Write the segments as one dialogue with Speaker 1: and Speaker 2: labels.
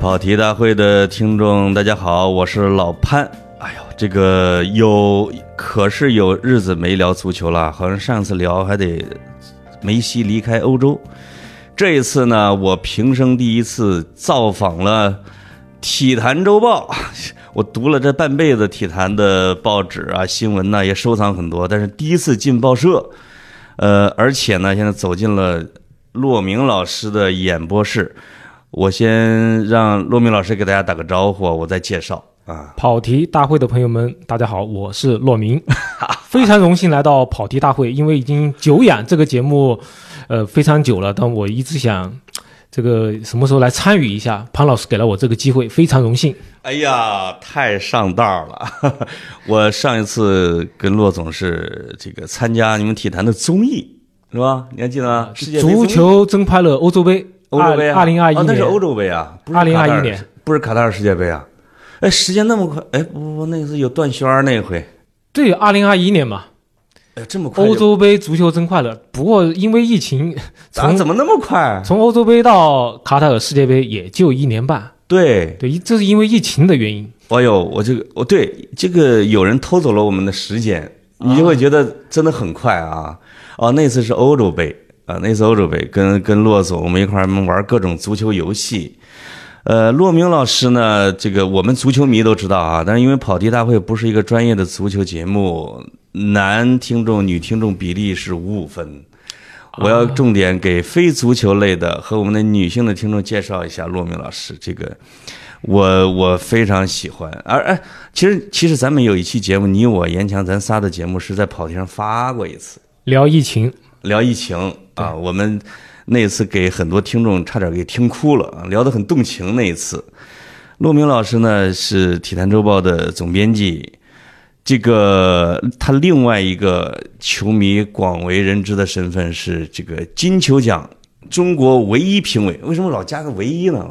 Speaker 1: 跑题大会的听众，大家好，我是老潘。哎呦，这个有可是有日子没聊足球了，好像上次聊还得梅西离开欧洲。这一次呢，我平生第一次造访了《体坛周报》，我读了这半辈子体坛的报纸啊、新闻呐、也收藏很多，但是第一次进报社，呃，而且呢，现在走进了骆明老师的演播室。我先让骆明老师给大家打个招呼，我再介绍啊。
Speaker 2: 跑题大会的朋友们，大家好，我是骆 明，非常荣幸来到跑题大会，因为已经久仰这个节目，呃，非常久了，但我一直想。这个什么时候来参与一下？潘老师给了我这个机会，非常荣幸。
Speaker 1: 哎呀，太上道了！ 我上一次跟骆总是这个参加你们体坛的综艺，是吧？你还记得吗？世界杯
Speaker 2: 足
Speaker 1: 综艺
Speaker 2: 球争拍了欧洲杯，
Speaker 1: 啊欧洲杯啊，
Speaker 2: 二零二一
Speaker 1: 哦那
Speaker 2: 年，
Speaker 1: 是欧洲杯啊，不是
Speaker 2: 2021
Speaker 1: 卡塔尔
Speaker 2: 年，
Speaker 1: 不是卡塔尔世界杯啊。哎，时间那么快，哎，不不不，那次有断弦儿那回，
Speaker 2: 对，二零二一年嘛，
Speaker 1: 哎，这么快就，
Speaker 2: 欧洲杯足球争快
Speaker 1: 啊
Speaker 2: 乐。不过因为疫情，
Speaker 1: 咱
Speaker 2: 从
Speaker 1: 怎么那么快？
Speaker 2: 从欧洲杯到卡塔尔世界杯也就一年半，
Speaker 1: 对，
Speaker 2: 对，这是因为疫情的原因。
Speaker 1: 哎呦，我这个，我对这个有人偷走了我们的时间，你就会觉得真的很快啊！哦，那次是欧洲杯啊，那次欧洲杯跟跟骆总我们一块儿玩各种足球游戏。呃，骆明老师呢，这个我们足球迷都知道啊，但是因为跑题大会不是一个专业的足球节目，男听众、女听众比例是五五分。我要重点给非足球类的和我们的女性的听众介绍一下骆明老师。这个我我非常喜欢，而哎，其实其实咱们有一期节目，你我严强咱仨的节目是在跑题上发过一次，
Speaker 2: 聊疫情，
Speaker 1: 聊疫情啊，我们那次给很多听众差点给听哭了，啊，聊得很动情那一次。陆明老师呢是《体坛周报》的总编辑，这个他另外一个球迷广为人知的身份是这个金球奖中国唯一评委。为什么老加个唯一呢？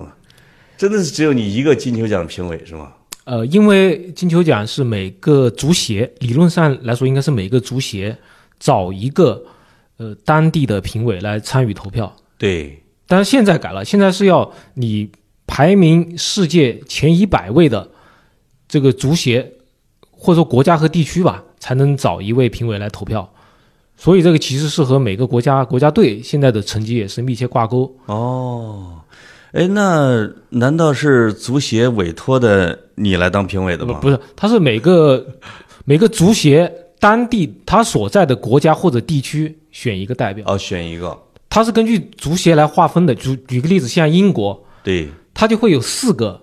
Speaker 1: 真的是只有你一个金球奖评委是吗？
Speaker 2: 呃，因为金球奖是每个足协理论上来说应该是每个足协找一个呃当地的评委来参与投票，
Speaker 1: 对，
Speaker 2: 但是现在改了，现在是要你排名世界前一百位的这个足协或者说国家和地区吧，才能找一位评委来投票。所以这个其实是和每个国家国家队现在的成绩也是密切挂钩。
Speaker 1: 哦，哎，那难道是足协委托的你来当评委的
Speaker 2: 不
Speaker 1: 吗？
Speaker 2: 不是，它是每个每个足协当地他所在的国家或者地区选一个代表，
Speaker 1: 哦，选一个，
Speaker 2: 它是根据足协来划分的。举举个例子，像英国，
Speaker 1: 对，
Speaker 2: 它就会有四个，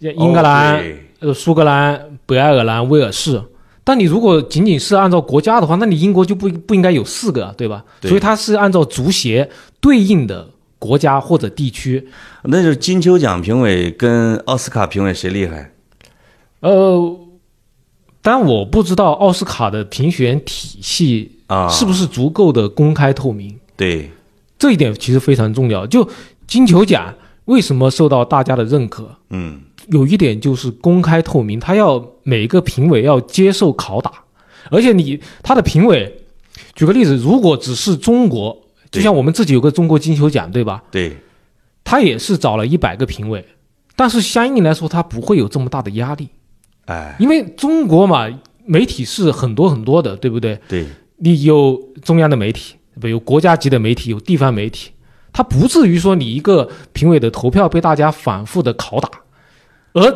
Speaker 2: 英格兰、
Speaker 1: 哦对
Speaker 2: 呃，苏格兰、北爱尔兰、威尔士。但你如果仅仅是按照国家的话，那你英国就不不应该有四个，对吧？
Speaker 1: 对
Speaker 2: 所以它是按照足协对应的国家或者地区。
Speaker 1: 那就是金球奖评委跟奥斯卡评委谁厉害？
Speaker 2: 呃，但我不知道奥斯卡的评选体系
Speaker 1: 啊
Speaker 2: 是不是足够的公开透明，
Speaker 1: 对，
Speaker 2: 这一点其实非常重要。就金球奖为什么受到大家的认可，
Speaker 1: 嗯，
Speaker 2: 有一点就是公开透明，他要每个评委要接受拷打，而且你他的评委，举个例子，如果只是中国，
Speaker 1: 对
Speaker 2: 就像我们自己有个中国金球奖，对吧？
Speaker 1: 对，
Speaker 2: 他也是找了一百个评委，但是相应来说，他不会有这么大的压力，
Speaker 1: 哎，
Speaker 2: 因为中国嘛，媒体是很多很多的，对不对？
Speaker 1: 对，
Speaker 2: 你有中央的媒体，不有国家级的媒体，有地方媒体，它不至于说你一个评委的投票被大家反复的拷打，而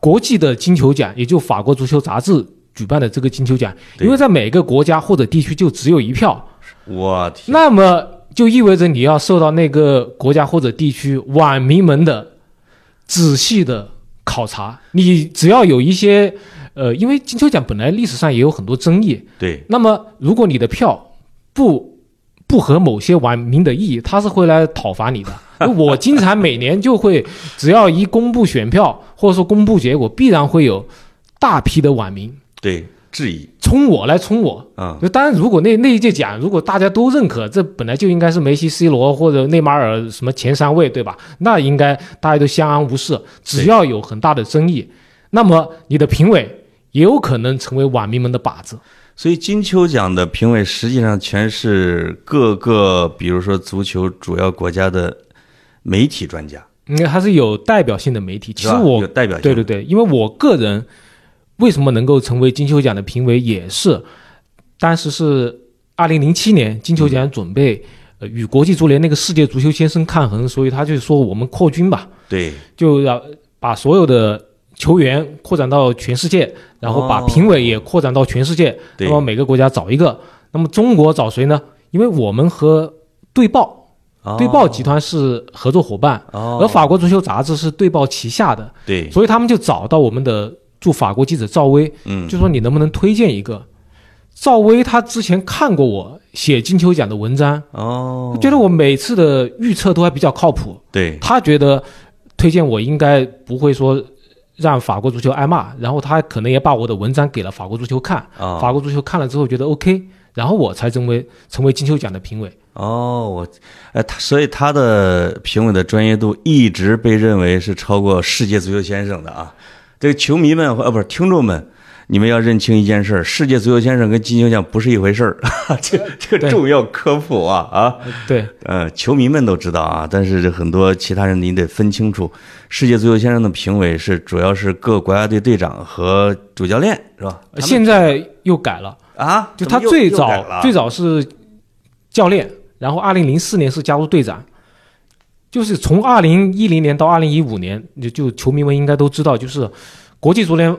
Speaker 2: 国际的金球奖，也就法国足球杂志举办的这个金球奖，
Speaker 1: 对
Speaker 2: 因为在每个国家或者地区就只有一票，
Speaker 1: 我天，
Speaker 2: 那么就意味着你要受到那个国家或者地区网民们的仔细的考察，你只要有一些。呃，因为金球奖本来历史上也有很多争议，
Speaker 1: 对，
Speaker 2: 那么，如果你的票不不合某些网民的意，他是会来讨伐你的。我经常每年就会，只要一公布选票或者说公布结果，必然会有大批的网民
Speaker 1: 对，质疑，
Speaker 2: 冲我来冲我。
Speaker 1: 啊、
Speaker 2: 就当然，如果那那一届奖，如果大家都认可，这本来就应该是梅西、C 罗或者内马尔什么前三位，对吧？那应该大家都相安无事。只要有很大的争议，那么你的评委也有可能成为网民们的靶子。
Speaker 1: 所以金球奖的评委实际上全是各个，比如说足球主要国家的媒体专家，
Speaker 2: 应该还是有代表性的媒体。其
Speaker 1: 是
Speaker 2: 实
Speaker 1: 吧？
Speaker 2: 我
Speaker 1: 有代表性，
Speaker 2: 对对对，因为我个人为什么能够成为金球奖的评委，也是当时是二零零七年金球奖准备、呃与国际足联那个世界足球先生抗衡，所以他就说我们扩军吧，
Speaker 1: 对
Speaker 2: 就要把所有的球员扩展到全世界，然后把
Speaker 1: 哦
Speaker 2: 评委也扩展到全世界，
Speaker 1: 对
Speaker 2: 那么每个国家找一个，那么中国找谁呢？因为我们和对报、对报集团是合作伙伴，
Speaker 1: 哦，
Speaker 2: 而法国足球杂志是对报旗下的，
Speaker 1: 对，
Speaker 2: 所以他们就找到我们的驻法国记者赵薇，
Speaker 1: 嗯，
Speaker 2: 就说你能不能推荐一个？赵薇她之前看过我写金球奖的文章，
Speaker 1: 哦，
Speaker 2: 觉得我每次的预测都还比较靠谱，
Speaker 1: 对
Speaker 2: 她觉得推荐我应该不会说让法国足球挨骂，然后她可能也把我的文章给了法国足球看，
Speaker 1: 啊，
Speaker 2: 法国足球看了之后觉得 OK，然后我才成为成为金球奖的评委。
Speaker 1: 哦，我，呃，他所以他的评委的专业度一直被认为是超过世界足球先生的啊。这个球迷们呃，不是听众们，你们要认清一件事儿：世界足球先生跟金球奖不是一回事儿， 这这个
Speaker 2: 对
Speaker 1: 重要科普啊啊！
Speaker 2: 对，
Speaker 1: 呃，球迷们都知道啊，但是这很多其他人你得分清楚。世界足球先生的评委是主要是各国家队队长和主教练是吧？他们
Speaker 2: 现在又改了。
Speaker 1: 啊，
Speaker 2: 就
Speaker 1: 怎么
Speaker 2: 他
Speaker 1: 又
Speaker 2: 最
Speaker 1: 又改
Speaker 2: 早
Speaker 1: 了
Speaker 2: 最早是教练，然后二零零四年是加入队长，就是从二零一零年到二零一五年，就就球迷们应该都知道，就是国际足联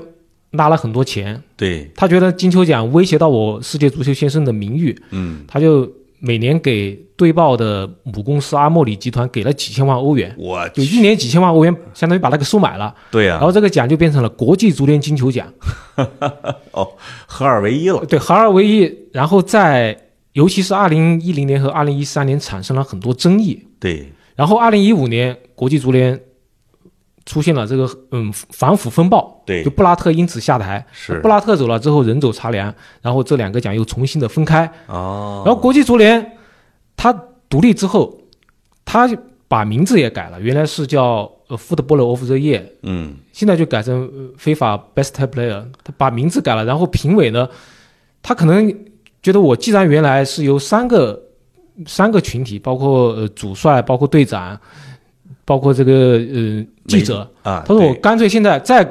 Speaker 2: 拉了很多钱，
Speaker 1: 对，
Speaker 2: 他觉得金球奖威胁到我世界足球先生的名誉，
Speaker 1: 嗯，
Speaker 2: 他就每年给队报的母公司阿莫里集团给了几千万欧元，
Speaker 1: 我
Speaker 2: 就
Speaker 1: 去
Speaker 2: 一年几千万欧元，相当于把它给收买了，
Speaker 1: 对呀、
Speaker 2: 然后这个奖就变成了国际足联金球奖。
Speaker 1: 哦，合二为一了。
Speaker 2: 呃对，合二为一，然后在尤其是二零一零年和二零一三年产生了很多争议，
Speaker 1: 对，
Speaker 2: 然后二零一五年国际足联出现了这个嗯反腐风暴，
Speaker 1: 对
Speaker 2: 就布拉特因此下台，
Speaker 1: 是
Speaker 2: 布拉特走了之后人走茶凉，然后这两个奖又重新的分开，
Speaker 1: 哦，
Speaker 2: 然后国际足联它独立之后，它就把名字也改了，原来是叫呃 Football of the Year，
Speaker 1: 嗯，
Speaker 2: 现在就改成呃非法 best player，他把名字改了，然后评委呢，他可能觉得我既然原来是由三个三个群体，包括呃主帅，包括队长，包括这个呃记者，
Speaker 1: 啊，
Speaker 2: 他说我
Speaker 1: 对
Speaker 2: 干脆现在再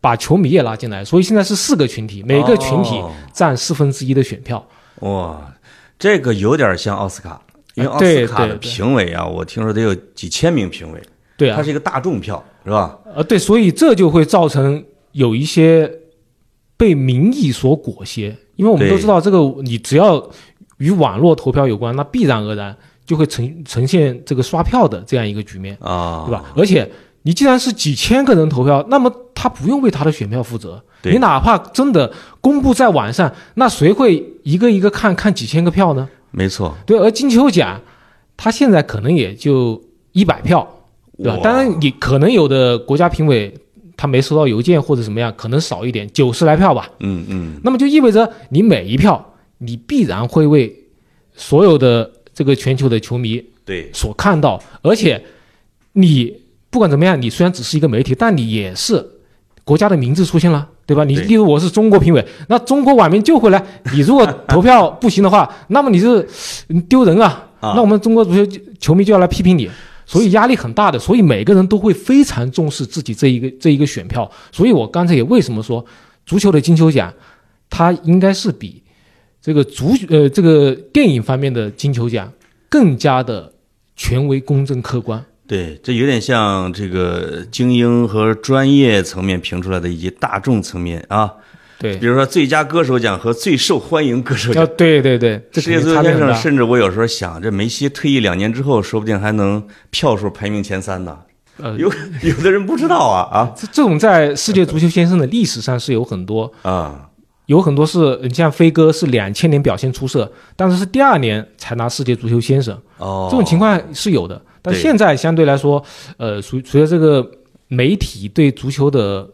Speaker 2: 把球迷也拉进来，所以现在是四个群体，每个群体
Speaker 1: 哦
Speaker 2: 占四分之一的选票。
Speaker 1: 哇，这个有点像奥斯卡，因为
Speaker 2: 啊
Speaker 1: 奥
Speaker 2: 对
Speaker 1: 斯卡
Speaker 2: 对
Speaker 1: 的
Speaker 2: 对
Speaker 1: 评委啊，我听说得有几千名评委，
Speaker 2: 对
Speaker 1: 它
Speaker 2: 啊，
Speaker 1: 是一个大众票，是吧？
Speaker 2: 呃对，所以这就会造成有一些被民意所裹挟，因为我们
Speaker 1: 对
Speaker 2: 都知道这个，你只要与网络投票有关，那必然而然就会呈呈现这个刷票的这样一个局面，
Speaker 1: 啊，
Speaker 2: 对吧？？而且你既然是几千个人投票，那么他不用为他的选票负责，
Speaker 1: 对
Speaker 2: 你哪怕真的公布在网上，那谁会一个一个看看几千个票呢？
Speaker 1: 没错，
Speaker 2: 对，而金球奖，他现在可能也就一百票，对吧
Speaker 1: 哇？
Speaker 2: 当然，你可能有的国家评委他没收到邮件或者怎么样，可能少一点，九十来票吧。
Speaker 1: 嗯嗯，
Speaker 2: 那么就意味着你每一票，你必然会为所有的这个全球的球迷
Speaker 1: 对，
Speaker 2: 所看到，而且你不管怎么样，你虽然只是一个媒体，但你也是国家的名字出现了，对吧？你
Speaker 1: 对
Speaker 2: 例如我是中国评委，那中国网民就会来，你如果投票不行的话，那么你是嗯丢人啊！
Speaker 1: 啊
Speaker 2: 那我们中国足球就球迷就要来批评你。所以压力很大的，所以每个人都会非常重视自己这一个这一个选票。所以我刚才也为什么说足球的金球奖，它应该是比这个足呃这个电影方面的金球奖更加的权威、公正、客观。
Speaker 1: 对，这有点像这个精英和专业层面评出来的，以及大众层面啊，
Speaker 2: 对
Speaker 1: 比，如说最佳歌手奖和最受欢迎歌手奖
Speaker 2: 要。对对对，这
Speaker 1: 世界
Speaker 2: 肯
Speaker 1: 足
Speaker 2: 定
Speaker 1: 球
Speaker 2: 差别
Speaker 1: 先
Speaker 2: 很
Speaker 1: 生，
Speaker 2: 大。
Speaker 1: 甚至我有时候想，这梅西退役两年之后，说不定还能票数排名前三呢。
Speaker 2: 呃，
Speaker 1: 有有的人不知道啊
Speaker 2: 这这种在世界足球先生的历史上是有很多，
Speaker 1: 啊啊！
Speaker 2: 有很多是你像飞哥是两千年表现出色，但是是第二年才拿世界足球先生，
Speaker 1: 哦，
Speaker 2: 这种情况是有的。但
Speaker 1: 对
Speaker 2: 现在相对来说，呃，随随着这个媒体对足球的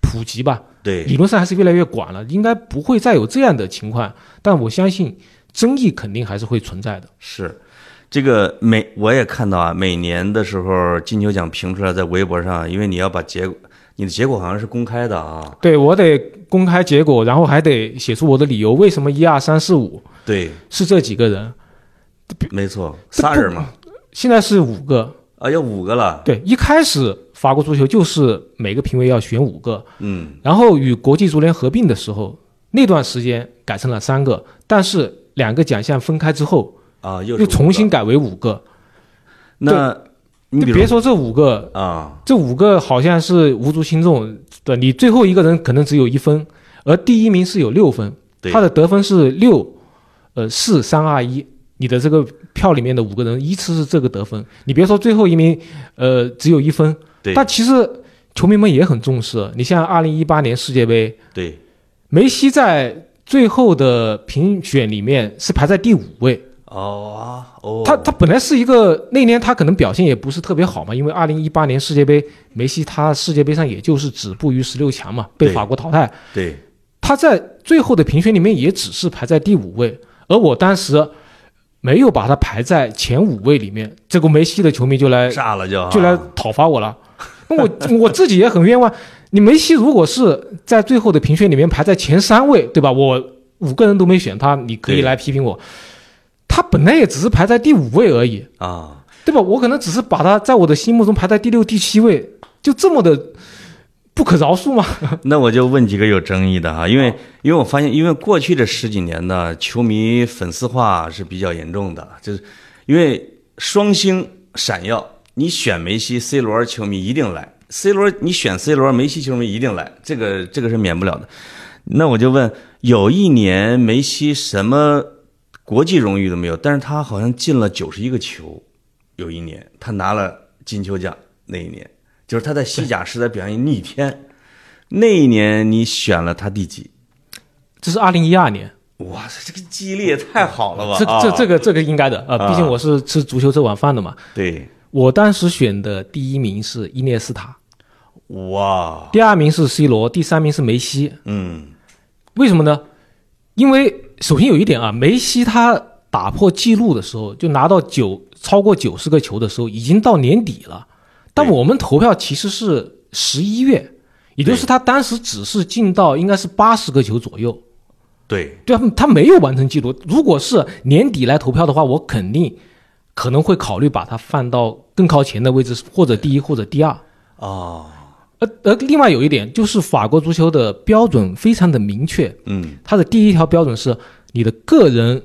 Speaker 2: 普及吧，
Speaker 1: 对
Speaker 2: 理论上还是越来越广了，应该不会再有这样的情况。但我相信争议肯定还是会存在的。
Speaker 1: 是这个每我也看到啊，每年的时候金球奖评出来在微博上，因为你要把结果，你的结果好像是公开的啊。
Speaker 2: 对我得公开结果，然后还得写出我的理由，为什么一二三四五
Speaker 1: 对，
Speaker 2: 是这几个人，
Speaker 1: 没错，仨人嘛
Speaker 2: 现在是五个，
Speaker 1: 啊，要五个了，
Speaker 2: 对，一开始法国足球就是每个评委要选五个，
Speaker 1: 嗯，
Speaker 2: 然后与国际足联合并的时候，那段时间改成了三个，但是两个奖项分开之后，
Speaker 1: 啊，又
Speaker 2: 又
Speaker 1: 是五
Speaker 2: 重
Speaker 1: 个
Speaker 2: 新改为五个。
Speaker 1: 那，你
Speaker 2: 就
Speaker 1: 比如
Speaker 2: 别说这五个，
Speaker 1: 啊，
Speaker 2: 这五个好像是无足轻重，对你最后一个人可能只有一分，而第一名是有六分，
Speaker 1: 对
Speaker 2: 他的得分是六，呃，四三二一。你的这个票里面的五个人依次是这个得分，你别说最后一名，呃，只有一分，
Speaker 1: 对
Speaker 2: 但其实球迷们也很重视。你像二零一八年世界杯，
Speaker 1: 对，
Speaker 2: 梅西在最后的评选里面是排在第五位。
Speaker 1: 哦啊哦，
Speaker 2: 他他本来是一个那年他可能表现也不是特别好嘛，因为二零一八年世界杯，梅西他世界杯上也就是止步于十六强嘛，被
Speaker 1: 对
Speaker 2: 法国淘汰。
Speaker 1: 对
Speaker 2: 他在最后的评选里面也只是排在第五位，而我当时没有把他排在前五位里面，结果梅西的球迷就来
Speaker 1: 炸了就啊
Speaker 2: 就来讨伐我了。那我我自己也很冤枉。你梅西如果是在最后的评选里面排在前三位，对吧？我五个人都没选他，你可以
Speaker 1: 对
Speaker 2: 来批评我。他本来也只是排在第五位而已，
Speaker 1: 啊，
Speaker 2: 对吧？我可能只是把他在我的心目中排在第六、第七位，就这么的不可饶恕吗？
Speaker 1: 那我就问几个有争议的哈，因为因为我发现，因为过去这十几年呢，球迷粉丝化是比较严重的，就是因为双星闪耀，你选梅西、C 罗球迷一定来，C 罗你选 C 罗，梅西球迷一定来，这个这个是免不了的。那我就问，有一年梅西什么国际荣誉都没有，但是他好像进了九十一个球，有一年他拿了金球奖，那一年就是他在西甲时代表现逆天。那一年你选了他第几？
Speaker 2: 这是二零一二年，
Speaker 1: 哇塞，这个记忆力也太好了吧！
Speaker 2: 这这
Speaker 1: 啊
Speaker 2: 这个这个应该的，呃，毕竟我是吃足球这碗饭的嘛。
Speaker 1: 对，
Speaker 2: 我当时选的第一名是伊涅斯塔，
Speaker 1: 哇，
Speaker 2: 第二名是 C 罗，第三名是梅西，
Speaker 1: 嗯，
Speaker 2: 为什么呢？因为首先有一点啊，梅西他打破纪录的时候，就拿到九超过九十个球的时候，已经到年底了。但
Speaker 1: 对
Speaker 2: 我们投票其实是十一月，也就是他当时只是进到应该是八十个球左右，
Speaker 1: 对
Speaker 2: 对啊，他没有完成记录。如果是年底来投票的话，我肯定可能会考虑把他放到更靠前的位置，或者第一或者第二。
Speaker 1: 哦，
Speaker 2: 而而另外有一点就是法国足球的标准非常的明确，
Speaker 1: 嗯，
Speaker 2: 它的第一条标准是你的个人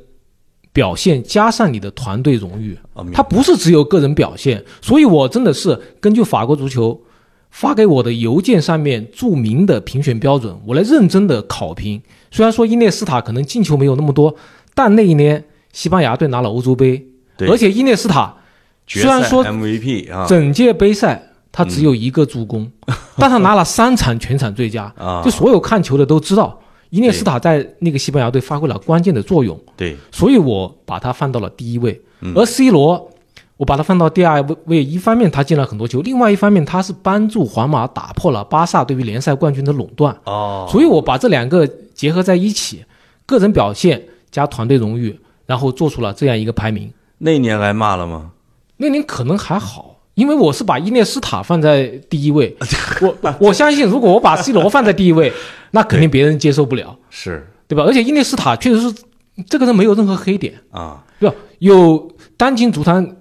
Speaker 2: 表现加上你的团队荣誉
Speaker 1: 哦明，白
Speaker 2: 它不是只有个人表现。所以我真的是根据法国足球发给我的邮件上面注明的评选标准，我来认真的考评。虽然说伊涅斯塔可能进球没有那么多，但那一年西班牙队拿了欧洲杯，
Speaker 1: 对
Speaker 2: 而且伊涅斯塔
Speaker 1: 决
Speaker 2: 虽然
Speaker 1: 赛
Speaker 2: 说
Speaker 1: MVP 啊，
Speaker 2: 整届杯赛他只有一个 助攻，但他拿了三场全场最佳
Speaker 1: 啊，
Speaker 2: 就所有看球的都知道，伊涅斯塔在那个西班牙队发挥了关键的作用，
Speaker 1: 对
Speaker 2: 所以我把他放到了第一位。
Speaker 1: 嗯
Speaker 2: 而 C 罗，我把他放到第二位，一方面他进了很多球，另外一方面他是帮助皇马打破了巴萨对于联赛冠军的垄断，
Speaker 1: 哦，
Speaker 2: 所以我把这两个结合在一起，个人表现加团队荣誉，然后做出了这样一个排名。
Speaker 1: 那一年挨骂了吗？
Speaker 2: 那年可能还好，因为我是把伊涅斯塔放在第 一位。我我相信，如果我把 C 罗放在第一位，那肯定别人接受不了，
Speaker 1: 是
Speaker 2: 对吧？而且伊涅斯塔确实是这个人没有任何黑点，
Speaker 1: 啊，
Speaker 2: 对吧？有当今足坛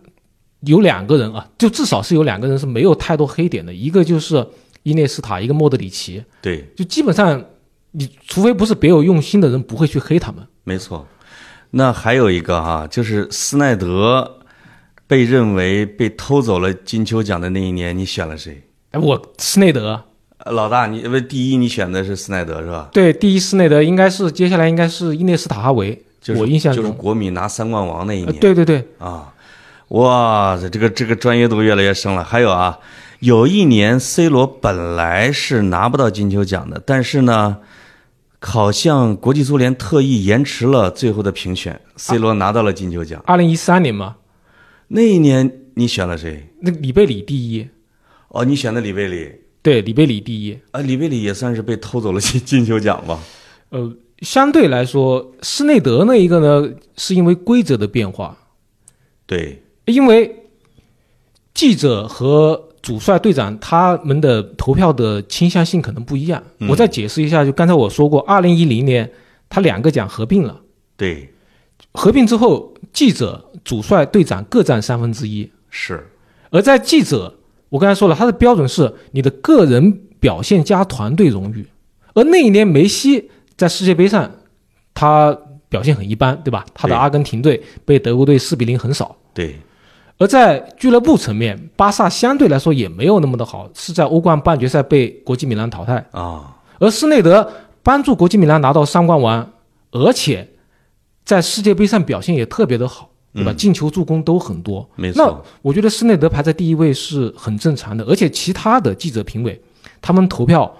Speaker 2: 有两个人啊，就至少是有两个人是没有太多黑点的，一个就是伊涅斯塔，一个莫德里奇，
Speaker 1: 对，
Speaker 2: 就基本上你除非不是别有用心的人，不会去黑他们。
Speaker 1: 没错。那还有一个哈、就是斯奈德被认为被偷走了金球奖的那一年，你选了谁？
Speaker 2: 哎，我斯内德啊，
Speaker 1: 呃老大，你不第一你选的是斯奈德是吧？
Speaker 2: 对，第一斯内德应该是接下来应该是伊涅斯塔哈维，
Speaker 1: 就是
Speaker 2: 我印象中
Speaker 1: 就是国米拿三冠王那一
Speaker 2: 呃
Speaker 1: 年。
Speaker 2: 对对对，
Speaker 1: 啊，哇塞，这个这个专业度越来越深了。还有啊，有一年 C 罗本来是拿不到金球奖的，但是呢，好像国际足联特意延迟了最后的评选，C 罗拿到了金球奖。
Speaker 2: 二零一三年嘛，
Speaker 1: 那一年你选了谁？
Speaker 2: 那里贝里第一，
Speaker 1: 哦，你选的里贝里
Speaker 2: 对，里贝里第一。
Speaker 1: 啊，里贝里也算是被偷走了金金球奖吧？
Speaker 2: 呃，相对来说，施内德那一个呢，是因为规则的变化，
Speaker 1: 对，
Speaker 2: 因为记者和主帅队长他们的投票的倾向性可能不一样。
Speaker 1: 嗯
Speaker 2: 我再解释一下，就刚才我说过，二零一零年他两个奖合并了，
Speaker 1: 对，
Speaker 2: 合并之后，记者、主帅、队长各占三分之一。
Speaker 1: 是，
Speaker 2: 而在记者，我刚才说了，他的标准是你的个人表现加团队荣誉。而那一年梅西在世界杯上，他表现很一般，对吧？他的
Speaker 1: 对
Speaker 2: 阿根廷队被德国队四比零横扫。
Speaker 1: 对，
Speaker 2: 而在俱乐部层面，巴萨相对来说也没有那么的好，是在欧冠半决赛被国际米兰淘汰。
Speaker 1: 啊，
Speaker 2: 而施内德帮助国际米兰拿到三冠王，而且在世界杯上表现也特别的好，对吧？进球、助攻都很多。
Speaker 1: 没错
Speaker 2: 那我觉得施内德排在第一位是很正常的，而且其他的记者评委他们投票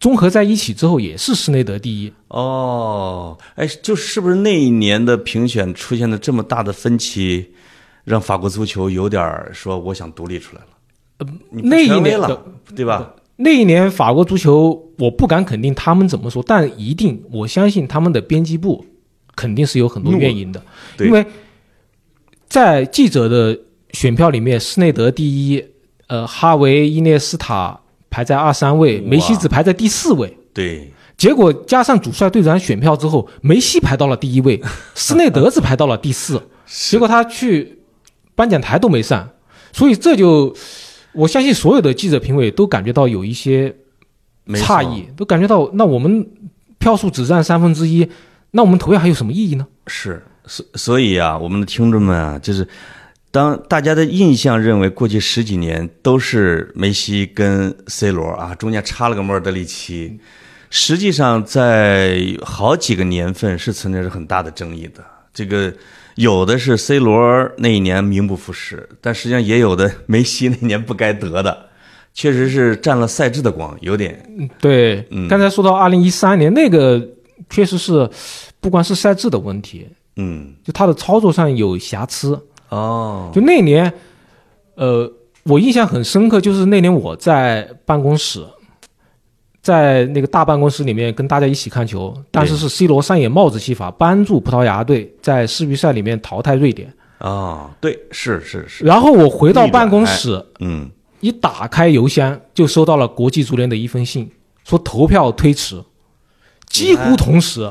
Speaker 2: 综合在一起之后，也是施内德第一。
Speaker 1: 哦，哎，就是不是那一年的评选出现了这么大的分歧，让法国足球有点儿说我想独立出来了，你不
Speaker 2: 那一
Speaker 1: 权威
Speaker 2: 年的
Speaker 1: 了，对吧？
Speaker 2: 那一年法国足球，我不敢肯定他们怎么说，但一定我相信他们的编辑部肯定是有很多原因的，
Speaker 1: 嗯对
Speaker 2: 因为在记者的选票里面，施内德第一，呃，哈维、伊涅斯塔排在二三位，
Speaker 1: 哇
Speaker 2: 梅西只排在第四位。
Speaker 1: 对，
Speaker 2: 结果加上主帅队长选票之后，梅西排到了第一 位，施内德只排到了第四，结果他去颁奖台都没上，所以这就我相信所有的记者评委都感觉到有一些
Speaker 1: 没错
Speaker 2: 诧异，都感觉到那我们票数只占三分之一，那我们投票还有什么意义呢？
Speaker 1: 是，所所以啊，我们的听众们啊，就是当大家的印象认为过去十几年都是梅西跟 C 罗啊，中间插了个莫尔德里奇，实际上在好几个年份是存在着很大的争议的。这个有的是 C 罗那一年名不副实，但实际上也有的梅西那年不该得的，确实是占了赛制的光，有点
Speaker 2: 对，嗯刚才说到二零一三年那个，确实是不光是赛制的问题，
Speaker 1: 嗯
Speaker 2: 就他的操作上有瑕疵，
Speaker 1: 哦
Speaker 2: 就那年，呃，我印象很深刻，就是那年我在办公室，在那个大办公室里面跟大家一起看球，当时是 C 罗上演帽子戏法，帮助葡萄牙队在世预赛里面淘汰瑞典。
Speaker 1: 哦，对，是是是，
Speaker 2: 然后我回到办公室，
Speaker 1: 嗯
Speaker 2: 一打开邮箱就收到了国际足联的一封信，说投票推迟，几乎同时，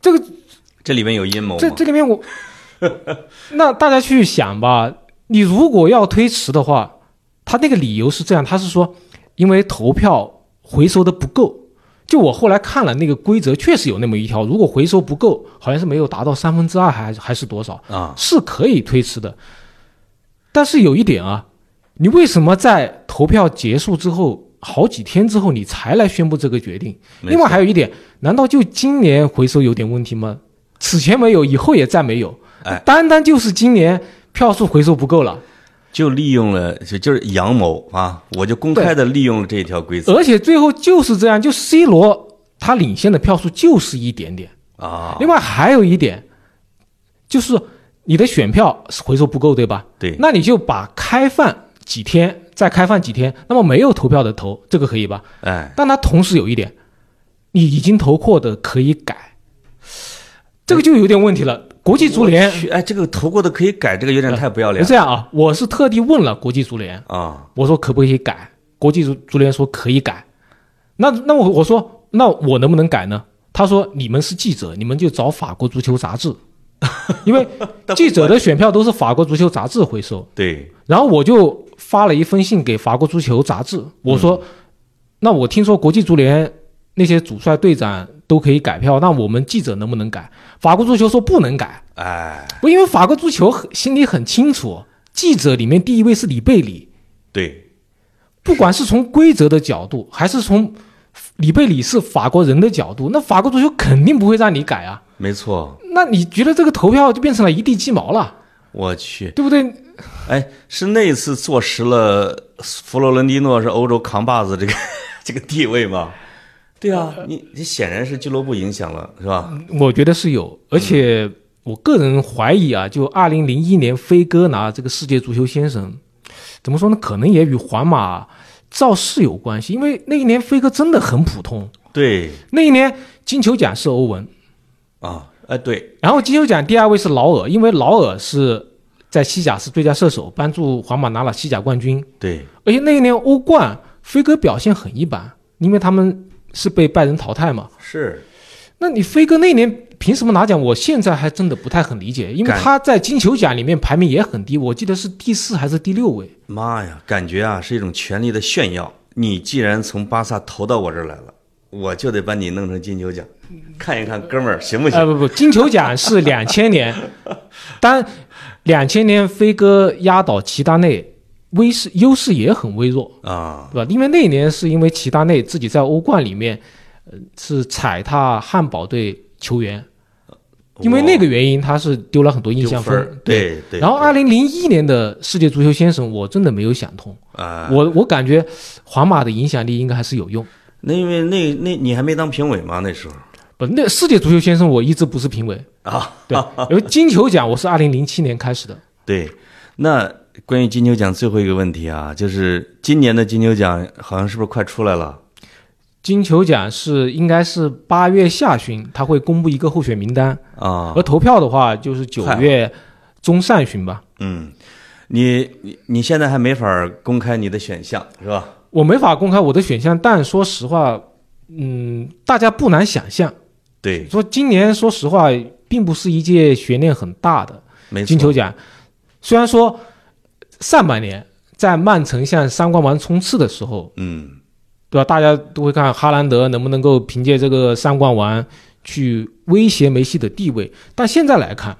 Speaker 2: 这个
Speaker 1: 这里面有阴谋吗？
Speaker 2: 这这里面我，那大家去想吧，你如果要推迟的话，他那个理由是这样，他是说因为投票回收的不够。就我后来看了那个规则，确实有那么一条，如果回收不够，好像是没有达到三分之二，还还是多少，
Speaker 1: 啊，
Speaker 2: 是可以推迟的。但是有一点啊，你为什么在投票结束之后好几天之后你才来宣布这个决定？
Speaker 1: 没错
Speaker 2: 另外还有一点，难道就今年回收有点问题吗？此前没有，以后也再没有
Speaker 1: 哎。
Speaker 2: 单单就是今年票数回收不够了，
Speaker 1: 就利用了就就是阳谋啊，我就公开的利用了这一条规则
Speaker 2: 而且最后就是这样，就 C 罗他领先的票数就是一点点。
Speaker 1: 啊，
Speaker 2: 另外还有一点，就是你的选票回收不够，对吧？
Speaker 1: 对，
Speaker 2: 那你就把开放几天，再开放几天，那么没有投票的投，这个可以吧？
Speaker 1: 哎，
Speaker 2: 但它同时有一点，你已经投过的可以改，这个就有点问题了。国际足联
Speaker 1: 我去哎，这个投过的可以改，这个有点太不要脸
Speaker 2: 是这样啊，我是特地问了国际足联，
Speaker 1: 啊，
Speaker 2: 我说可不可以改？国际足足联说可以改。那那我我说那我能不能改呢？他说你们是记者，你们就找法国足球杂志， 因为记者的选票都是法国足球杂志回收。
Speaker 1: 对，
Speaker 2: 然后我就发了一封信给法国足球杂志，我说：“那我听说国际足联那些主帅、队长都可以改票，那我们记者能不能改？”法国足球说不能改，
Speaker 1: 哎，
Speaker 2: 不因为法国足球很心里很清楚，记者里面第一位是里贝里，
Speaker 1: 对，
Speaker 2: 不管是从规则的角度，还是从里贝里是法国人的角度，那法国足球肯定不会让你改啊。
Speaker 1: 没错，
Speaker 2: 那你觉得这个投票就变成了一地鸡毛了，
Speaker 1: 我去，
Speaker 2: 对不对？
Speaker 1: 哎，是那次坐实了佛罗伦蒂诺是欧洲扛把子这个 这个地位吗？对啊，你你显然是俱乐部影响了，是吧？
Speaker 2: 我觉得是有，而且我个人怀疑啊，就二零零一年飞哥拿这个世界足球先生，怎么说呢？可能也与皇马造势有关系，因为那一年飞哥真的很普通。
Speaker 1: 对
Speaker 2: 那一年金球奖是欧文，
Speaker 1: 啊，哎，对，
Speaker 2: 然后金球奖第二位是劳尔，因为劳尔是在西甲是最佳射手，帮助皇马拿了西甲冠军。
Speaker 1: 对，
Speaker 2: 而且那一年欧冠，飞哥表现很一般，因为他们是被拜仁淘汰嘛。
Speaker 1: 是，
Speaker 2: 那你飞哥那年凭什么拿奖？我现在还真的不太很理解，因为
Speaker 1: 感
Speaker 2: 他在金球奖里面排名也很低，我记得是第四还是第六位。
Speaker 1: 妈呀，感觉啊是一种权力的炫耀。你既然从巴萨投到我这儿来了，我就得把你弄成金球奖，看一看哥们儿行不行？
Speaker 2: 呃，不不，金球奖是两千 年，当两千年飞哥压倒齐达内，威势优势也很微弱，
Speaker 1: 啊，
Speaker 2: 对吧？因为那一年是因为齐达内自己在欧冠里面，呃，是踩踏汉堡队球员，因为那个原因他是丢了很多印
Speaker 1: 丢
Speaker 2: 象
Speaker 1: 分儿
Speaker 2: 分。
Speaker 1: 对对。
Speaker 2: 然后，二零零一年的世界足球先生，我真的没有想通。
Speaker 1: 啊，
Speaker 2: 我我感觉皇马的影响力应该还是有用。
Speaker 1: 那因为那那你还没当评委吗？那时候
Speaker 2: 不，那世界足球先生我一直不是评委，
Speaker 1: 啊，
Speaker 2: 对，因为金球奖我是二零零七年开始的，
Speaker 1: 对。那关于金球奖最后一个问题啊，就是今年的金球奖好像是不是快出来了？
Speaker 2: 金球奖是应该是八月下旬他会公布一个候选名单，
Speaker 1: 啊，
Speaker 2: 而投票的话就是九
Speaker 1: 快了
Speaker 2: 月中上旬吧。
Speaker 1: 嗯，你你你现在还没法公开你的选项是吧？
Speaker 2: 我没法公开我的选项，但说实话，嗯，大家不难想象，
Speaker 1: 对，
Speaker 2: 说今年说实话并不是一届悬念很大的。
Speaker 1: 没错。
Speaker 2: 金球奖，虽然说上半年在曼城向三冠王冲刺的时候，
Speaker 1: 嗯，
Speaker 2: 对吧？大家都会看哈兰德能不能够凭借这个三冠王去威胁梅西的地位。但现在来看，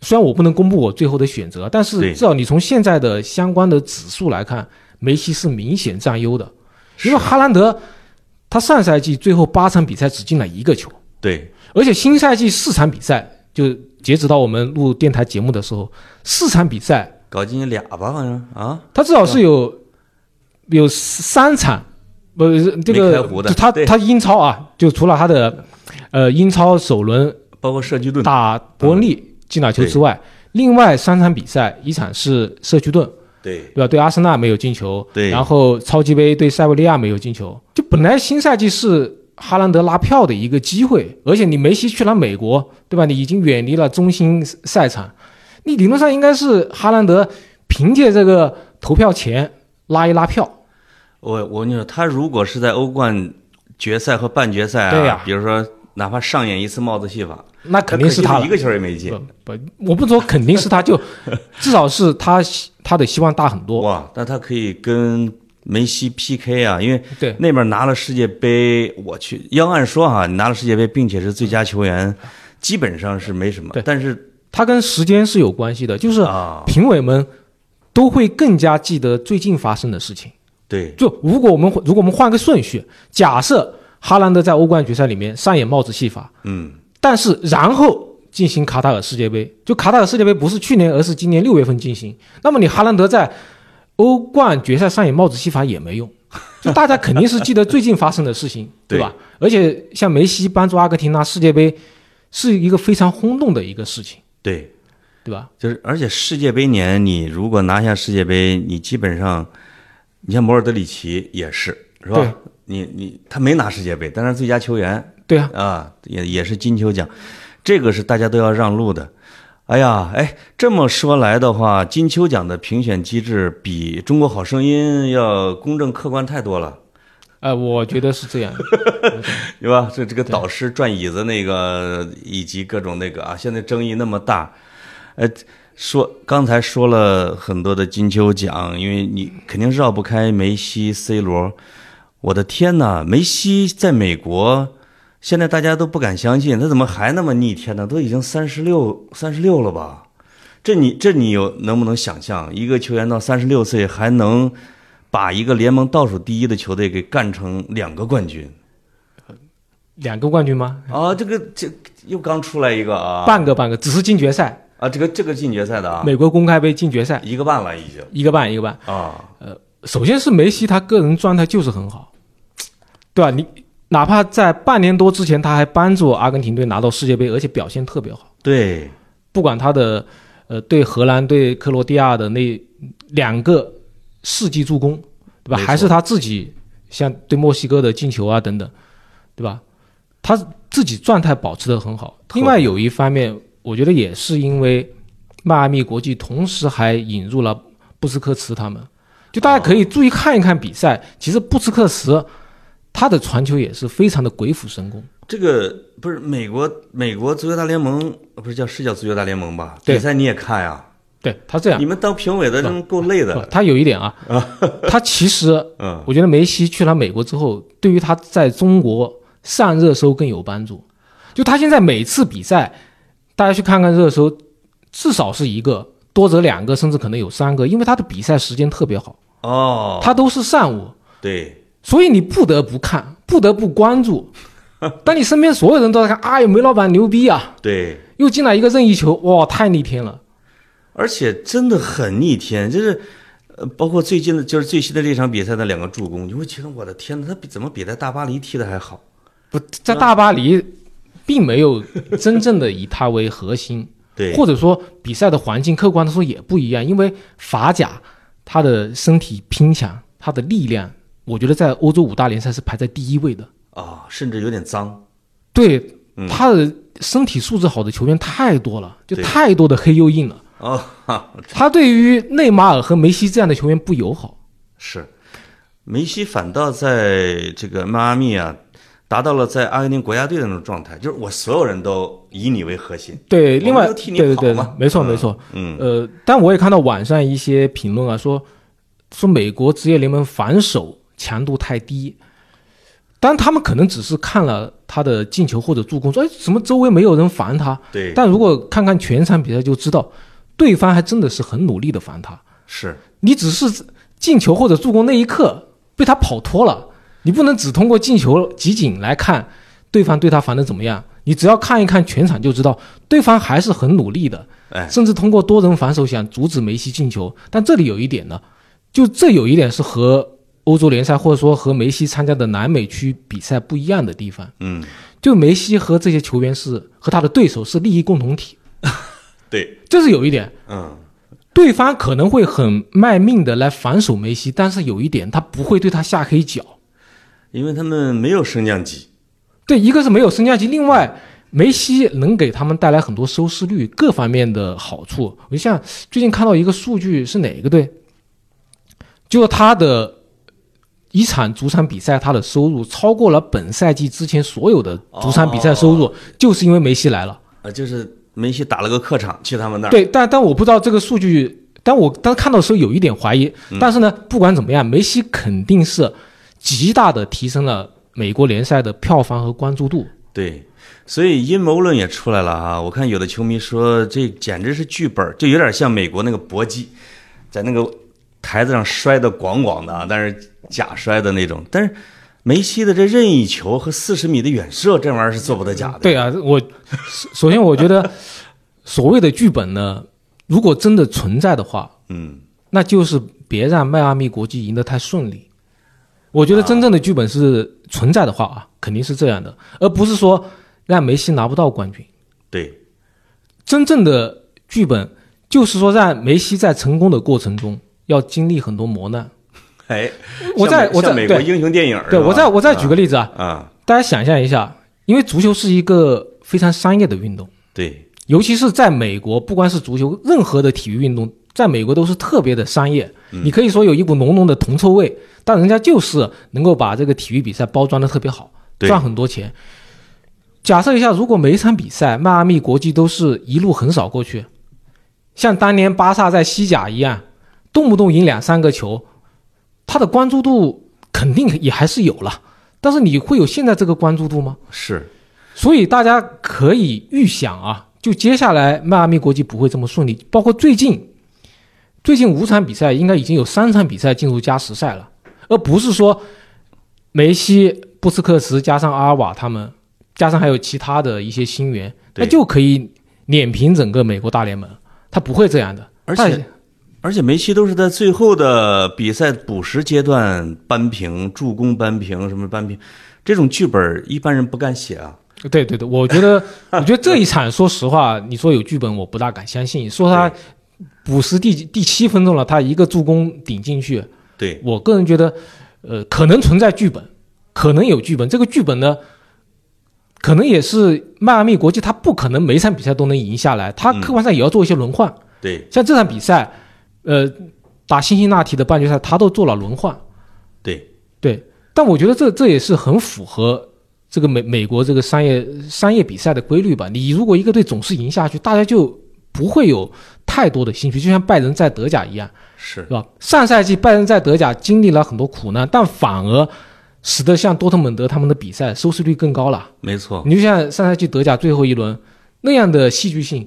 Speaker 2: 虽然我不能公布我最后的选择，但是
Speaker 1: 对
Speaker 2: 至少你从现在的相关的指数来看，梅西是明显占优的，因
Speaker 1: 是
Speaker 2: 为哈兰德他上赛季最后八场比赛只进了一个球。
Speaker 1: 对，
Speaker 2: 而且新赛季四场比赛，就截止到我们录电台节目的时候，四场比赛
Speaker 1: 搞进去俩吧，好像啊，
Speaker 2: 他至少是有有三场，不是这
Speaker 1: 没
Speaker 2: 个
Speaker 1: 开胡的
Speaker 2: 就他
Speaker 1: 对
Speaker 2: 他英超啊，就除了他的呃英超首轮
Speaker 1: 包括社区盾
Speaker 2: 打伯恩利进了球之外，
Speaker 1: 嗯
Speaker 2: 另外三场比赛，一场是社区盾，
Speaker 1: 对
Speaker 2: 对吧？对阿森纳没有进球，
Speaker 1: 对
Speaker 2: 然后超级杯对塞维利亚没有进球，就本来新赛季是哈兰德拉票的一个机会，而且你梅西去了美国，对吧？你已经远离了中心赛场，你理论上应该是哈兰德凭借这个投票权拉一拉票，
Speaker 1: 我我跟你说，他如果是在欧冠决赛和半决赛啊，
Speaker 2: 对呀
Speaker 1: 比如说哪怕上演一次帽子戏法，
Speaker 2: 那肯定是
Speaker 1: 他可
Speaker 2: 他
Speaker 1: 惜
Speaker 2: 了
Speaker 1: 一。个球也没进。
Speaker 2: 不不，我不说肯定是他，就至少是他他的希望大很多。
Speaker 1: 哇，那他可以跟梅西 PK 啊，因为
Speaker 2: 对，
Speaker 1: 那边拿了世界杯，我去，要按说哈、你拿了世界杯，并且是最佳球员，基本上是没什么
Speaker 2: 对。
Speaker 1: 但是
Speaker 2: 他跟时间是有关系的，就是
Speaker 1: 啊，
Speaker 2: 评委们都会更加记得最近发生的事情。
Speaker 1: 对，
Speaker 2: 就如果我们如果我们换个顺序，假设哈兰德在欧冠决赛里面上演帽子戏法，
Speaker 1: 嗯，
Speaker 2: 但是然后进行卡塔尔世界杯，就卡塔尔世界杯不是去年，而是今年六月份进行。那么你哈兰德在欧冠决赛上演帽子戏法也没用， 就大家肯定是记得最近发生的事情，
Speaker 1: 对
Speaker 2: 对吧？而且像梅西帮助阿根廷拿世界杯，是一个非常轰动的一个事情，
Speaker 1: 对，
Speaker 2: 对吧？
Speaker 1: 就是而且世界杯年，你如果拿下世界杯，你基本上，你像摩尔德里奇也是，是
Speaker 2: 对
Speaker 1: 吧？你你他没拿世界杯，但是最佳球员，
Speaker 2: 对啊，
Speaker 1: 啊，也也是金球奖，这个是大家都要让路的。哎呀，哎，这么说来的话，金球奖的评选机制比《中国好声音》要公正客观太多了，
Speaker 2: 呃，我觉得是这样。
Speaker 1: 对吧？这这个导师转椅子那个，以及各种那个啊，现在争议那么大，呃，说刚才说了很多的金球奖，因为你肯定绕不开梅西、C 罗。我的天呐，梅西在美国，现在大家都不敢相信，他怎么还那么逆天呢？都已经三十六、三十六了吧？这你这你有能不能想象，一个球员到三十六岁还能把一个联盟倒数第一的球队给干成两个冠军
Speaker 2: 两个冠军吗？
Speaker 1: 啊？这个这又刚出来一个啊
Speaker 2: 半个半个，只是进决赛，
Speaker 1: 啊！这个这个进决赛的啊，
Speaker 2: 美国公开杯进决赛，
Speaker 1: 一个半了已经
Speaker 2: 一个半一个半。
Speaker 1: 啊。
Speaker 2: 首先是梅西他个人状态就是很好，对吧？你哪怕在半年多之前，他还帮助阿根廷队拿到世界杯，而且表现特别好。
Speaker 1: 对，
Speaker 2: 不管他的呃对荷兰、对克罗地亚的那两个世纪助攻，对吧？
Speaker 1: 没错
Speaker 2: 还是他自己像对墨西哥的进球啊等等，对吧？他自己状态保持得很好。
Speaker 1: 特别
Speaker 2: 另外有一方面，我觉得也是因为迈阿密国际同时还引入了布斯克茨他们，就大
Speaker 1: 哦
Speaker 2: 家可以注意看一看比赛。其实布斯克茨他的传球也是非常的鬼斧神工，
Speaker 1: 这个不是美国美国足球大联盟，不是叫是叫足球大联盟吧？
Speaker 2: 对
Speaker 1: 比赛你也看呀？
Speaker 2: 对啊他这样
Speaker 1: 你，们当评委的真够累
Speaker 2: 不
Speaker 1: 的。
Speaker 2: 他有一点啊，他其实
Speaker 1: 嗯，
Speaker 2: 我觉得梅西去了美国之后，对于他在中国上热搜更有帮助。就他现在每次比赛，大家去看看热搜，至少是一个，多则两个，甚至可能有三个，因为他的比赛时间特别好，
Speaker 1: 哦，
Speaker 2: 他都是上午，
Speaker 1: 对，
Speaker 2: 所以你不得不看，不得不 关注。当你身边所有人都在看，哎呀，梅老板牛逼啊，
Speaker 1: 对，
Speaker 2: 又进来一个任意球，哇，太逆天了。
Speaker 1: 而且真的很逆天，就是。呃，包括最近的，就是最新的这场比赛的两个助攻，你会觉得我的天呐，他比怎么比在大巴黎踢的还好？
Speaker 2: 不，在大巴黎，并没有真正的以他为核心。
Speaker 1: 对，
Speaker 2: 或者说比赛的环境，客观的说也不一样，因为法甲它的身体拼抢，它的力量，我觉得在欧洲五大联赛是排在第一位的。
Speaker 1: 啊，甚至有点脏。
Speaker 2: 对
Speaker 1: 嗯，
Speaker 2: 他的身体素质好的球员太多了，就
Speaker 1: 对
Speaker 2: 太多的黑又硬了。
Speaker 1: 哦，哈
Speaker 2: 他对于内马尔和梅西这样的球员不友好。
Speaker 1: 是，梅西反倒在这个迈阿密啊，达到了在阿根廷国家队的那种状态，就是我所有人都以你为核心。
Speaker 2: 对，
Speaker 1: 我们
Speaker 2: 另外
Speaker 1: 就替你
Speaker 2: 对对
Speaker 1: 跑
Speaker 2: 对
Speaker 1: 嘛，
Speaker 2: 没错
Speaker 1: 嗯
Speaker 2: 没错。
Speaker 1: 嗯，
Speaker 2: 呃，但我也看到网上一些评论啊，说说美国职业联盟防守强度太低，但他们可能只是看了他的进球或者助攻，说哎，怎么周围没有人防他？
Speaker 1: 对，
Speaker 2: 但如果看看全场比赛就知道，对方还真的是很努力的防他，
Speaker 1: 是
Speaker 2: 你只是进球或者助攻那一刻被他跑脱了，你不能只通过进球集锦来看对方对他防的怎么样。你只要看一看全场就知道，对方还是很努力的，
Speaker 1: 哎
Speaker 2: 甚至通过多人防守想阻止梅西进球。但这里有一点呢，就这有一点是和欧洲联赛或者说和梅西参加的南美区比赛不一样的地方。
Speaker 1: 嗯，
Speaker 2: 就梅西和这些球员是和他的对手是利益共同体，
Speaker 1: 对，
Speaker 2: 这是有一点。
Speaker 1: 嗯，
Speaker 2: 对方可能会很卖命的来防守梅西，但是有一点，他不会对他下黑脚。
Speaker 1: 因为他们没有升降级，
Speaker 2: 对，一个是没有升降级，另外梅西能给他们带来很多收视率各方面的好处。我就像最近看到一个数据是哪个队，就是他的一场主场比赛，他的收入超过了本赛季之前所有的主场比赛收入，就是因为梅西来了。
Speaker 1: 啊，就是梅西打了个客场去他们那儿，
Speaker 2: 对，但但我不知道这个数据，但我当时看到的时候有一点怀疑。
Speaker 1: 嗯
Speaker 2: 但是呢，不管怎么样，梅西肯定是极大的提升了美国联赛的票房和关注度。
Speaker 1: 对，所以阴谋论也出来了哈、啊我看有的球迷说这简直是剧本儿，就有点像美国那个搏击，在那个台子上摔的咣咣的啊，但是假摔的那种。但是梅西的这任意球和四十米的远射，这玩意儿是做不得假的。
Speaker 2: 对啊，我首首先我觉得所谓的剧本呢，如果真的存在的话，
Speaker 1: 嗯，
Speaker 2: 那就是别让迈阿密国际赢得太顺利。我
Speaker 1: 啊
Speaker 2: 觉得真正的剧本是存在的话啊，肯定是这样的，而不是说让梅西拿不到冠军。
Speaker 1: 对，
Speaker 2: 真正的剧本就是说，让梅西在成功的过程中要经历很多磨难。
Speaker 1: 哎，
Speaker 2: 我
Speaker 1: 像
Speaker 2: 在
Speaker 1: 美
Speaker 2: 我在
Speaker 1: 像美国
Speaker 2: 对
Speaker 1: 英雄电影儿
Speaker 2: 对
Speaker 1: 是吧
Speaker 2: 我再我再举个例子啊，
Speaker 1: 啊，
Speaker 2: 大家想象一下，因为足球是一个非常商业的运动，
Speaker 1: 对，
Speaker 2: 尤其是在美国，不光是足球，任何的体育运动在美国都是特别的商业。你可以说有一股浓浓的铜臭味，但人家就是能够把这个体育比赛包装的特别好，
Speaker 1: 对
Speaker 2: 赚很多钱。假设一下，如果每一场比赛迈阿密国际都是一路横扫过去，像当年巴萨在西甲一样，动不动赢两三个球，他的关注度肯定也还是有了。但是你会有现在这个关注度吗？
Speaker 1: 是，
Speaker 2: 所以大家可以预想啊，就接下来迈阿密国际不会这么顺利。包括最近，最近五场比赛应该已经有三场比赛进入加时赛了，而不是说梅西、布斯克茨加上阿尔瓦他们，加上还有其他的一些新援，
Speaker 1: 对
Speaker 2: 那就可以碾平整个美国大联盟。他不会这样的，
Speaker 1: 而且而且梅西都是在最后的比赛补时阶段扳平、助攻扳平、什么扳平，这种剧本儿一般人不敢写啊。
Speaker 2: 但对对对，我觉得 我觉得这一场，说实话，你说有剧本，我不大敢相信。说他补时第第七分钟了，他一个助攻顶进去。
Speaker 1: 对，
Speaker 2: 我个人觉得，呃，可能存在剧本，可能有剧本。这个剧本呢，可能也是迈阿密国际，他不可能每场比赛都能赢下来，他客观上也要做一些轮换。
Speaker 1: 对，
Speaker 2: 像这场比赛，呃，打辛辛那提的半决赛，他都做了轮换。
Speaker 1: 对，
Speaker 2: 对，但我觉得这这也是很符合这个美美国这个商业商业比赛的规律吧。你如果一个队总是赢下去，大家就不会有太多的兴趣，就像拜仁在德甲一样，
Speaker 1: 是
Speaker 2: 是吧？上赛季拜仁在德甲经历了很多苦难，但反而使得像多特蒙德他们的比赛收视率更高了。
Speaker 1: 没错。
Speaker 2: 你就像上赛季德甲最后一轮那样的戏剧性，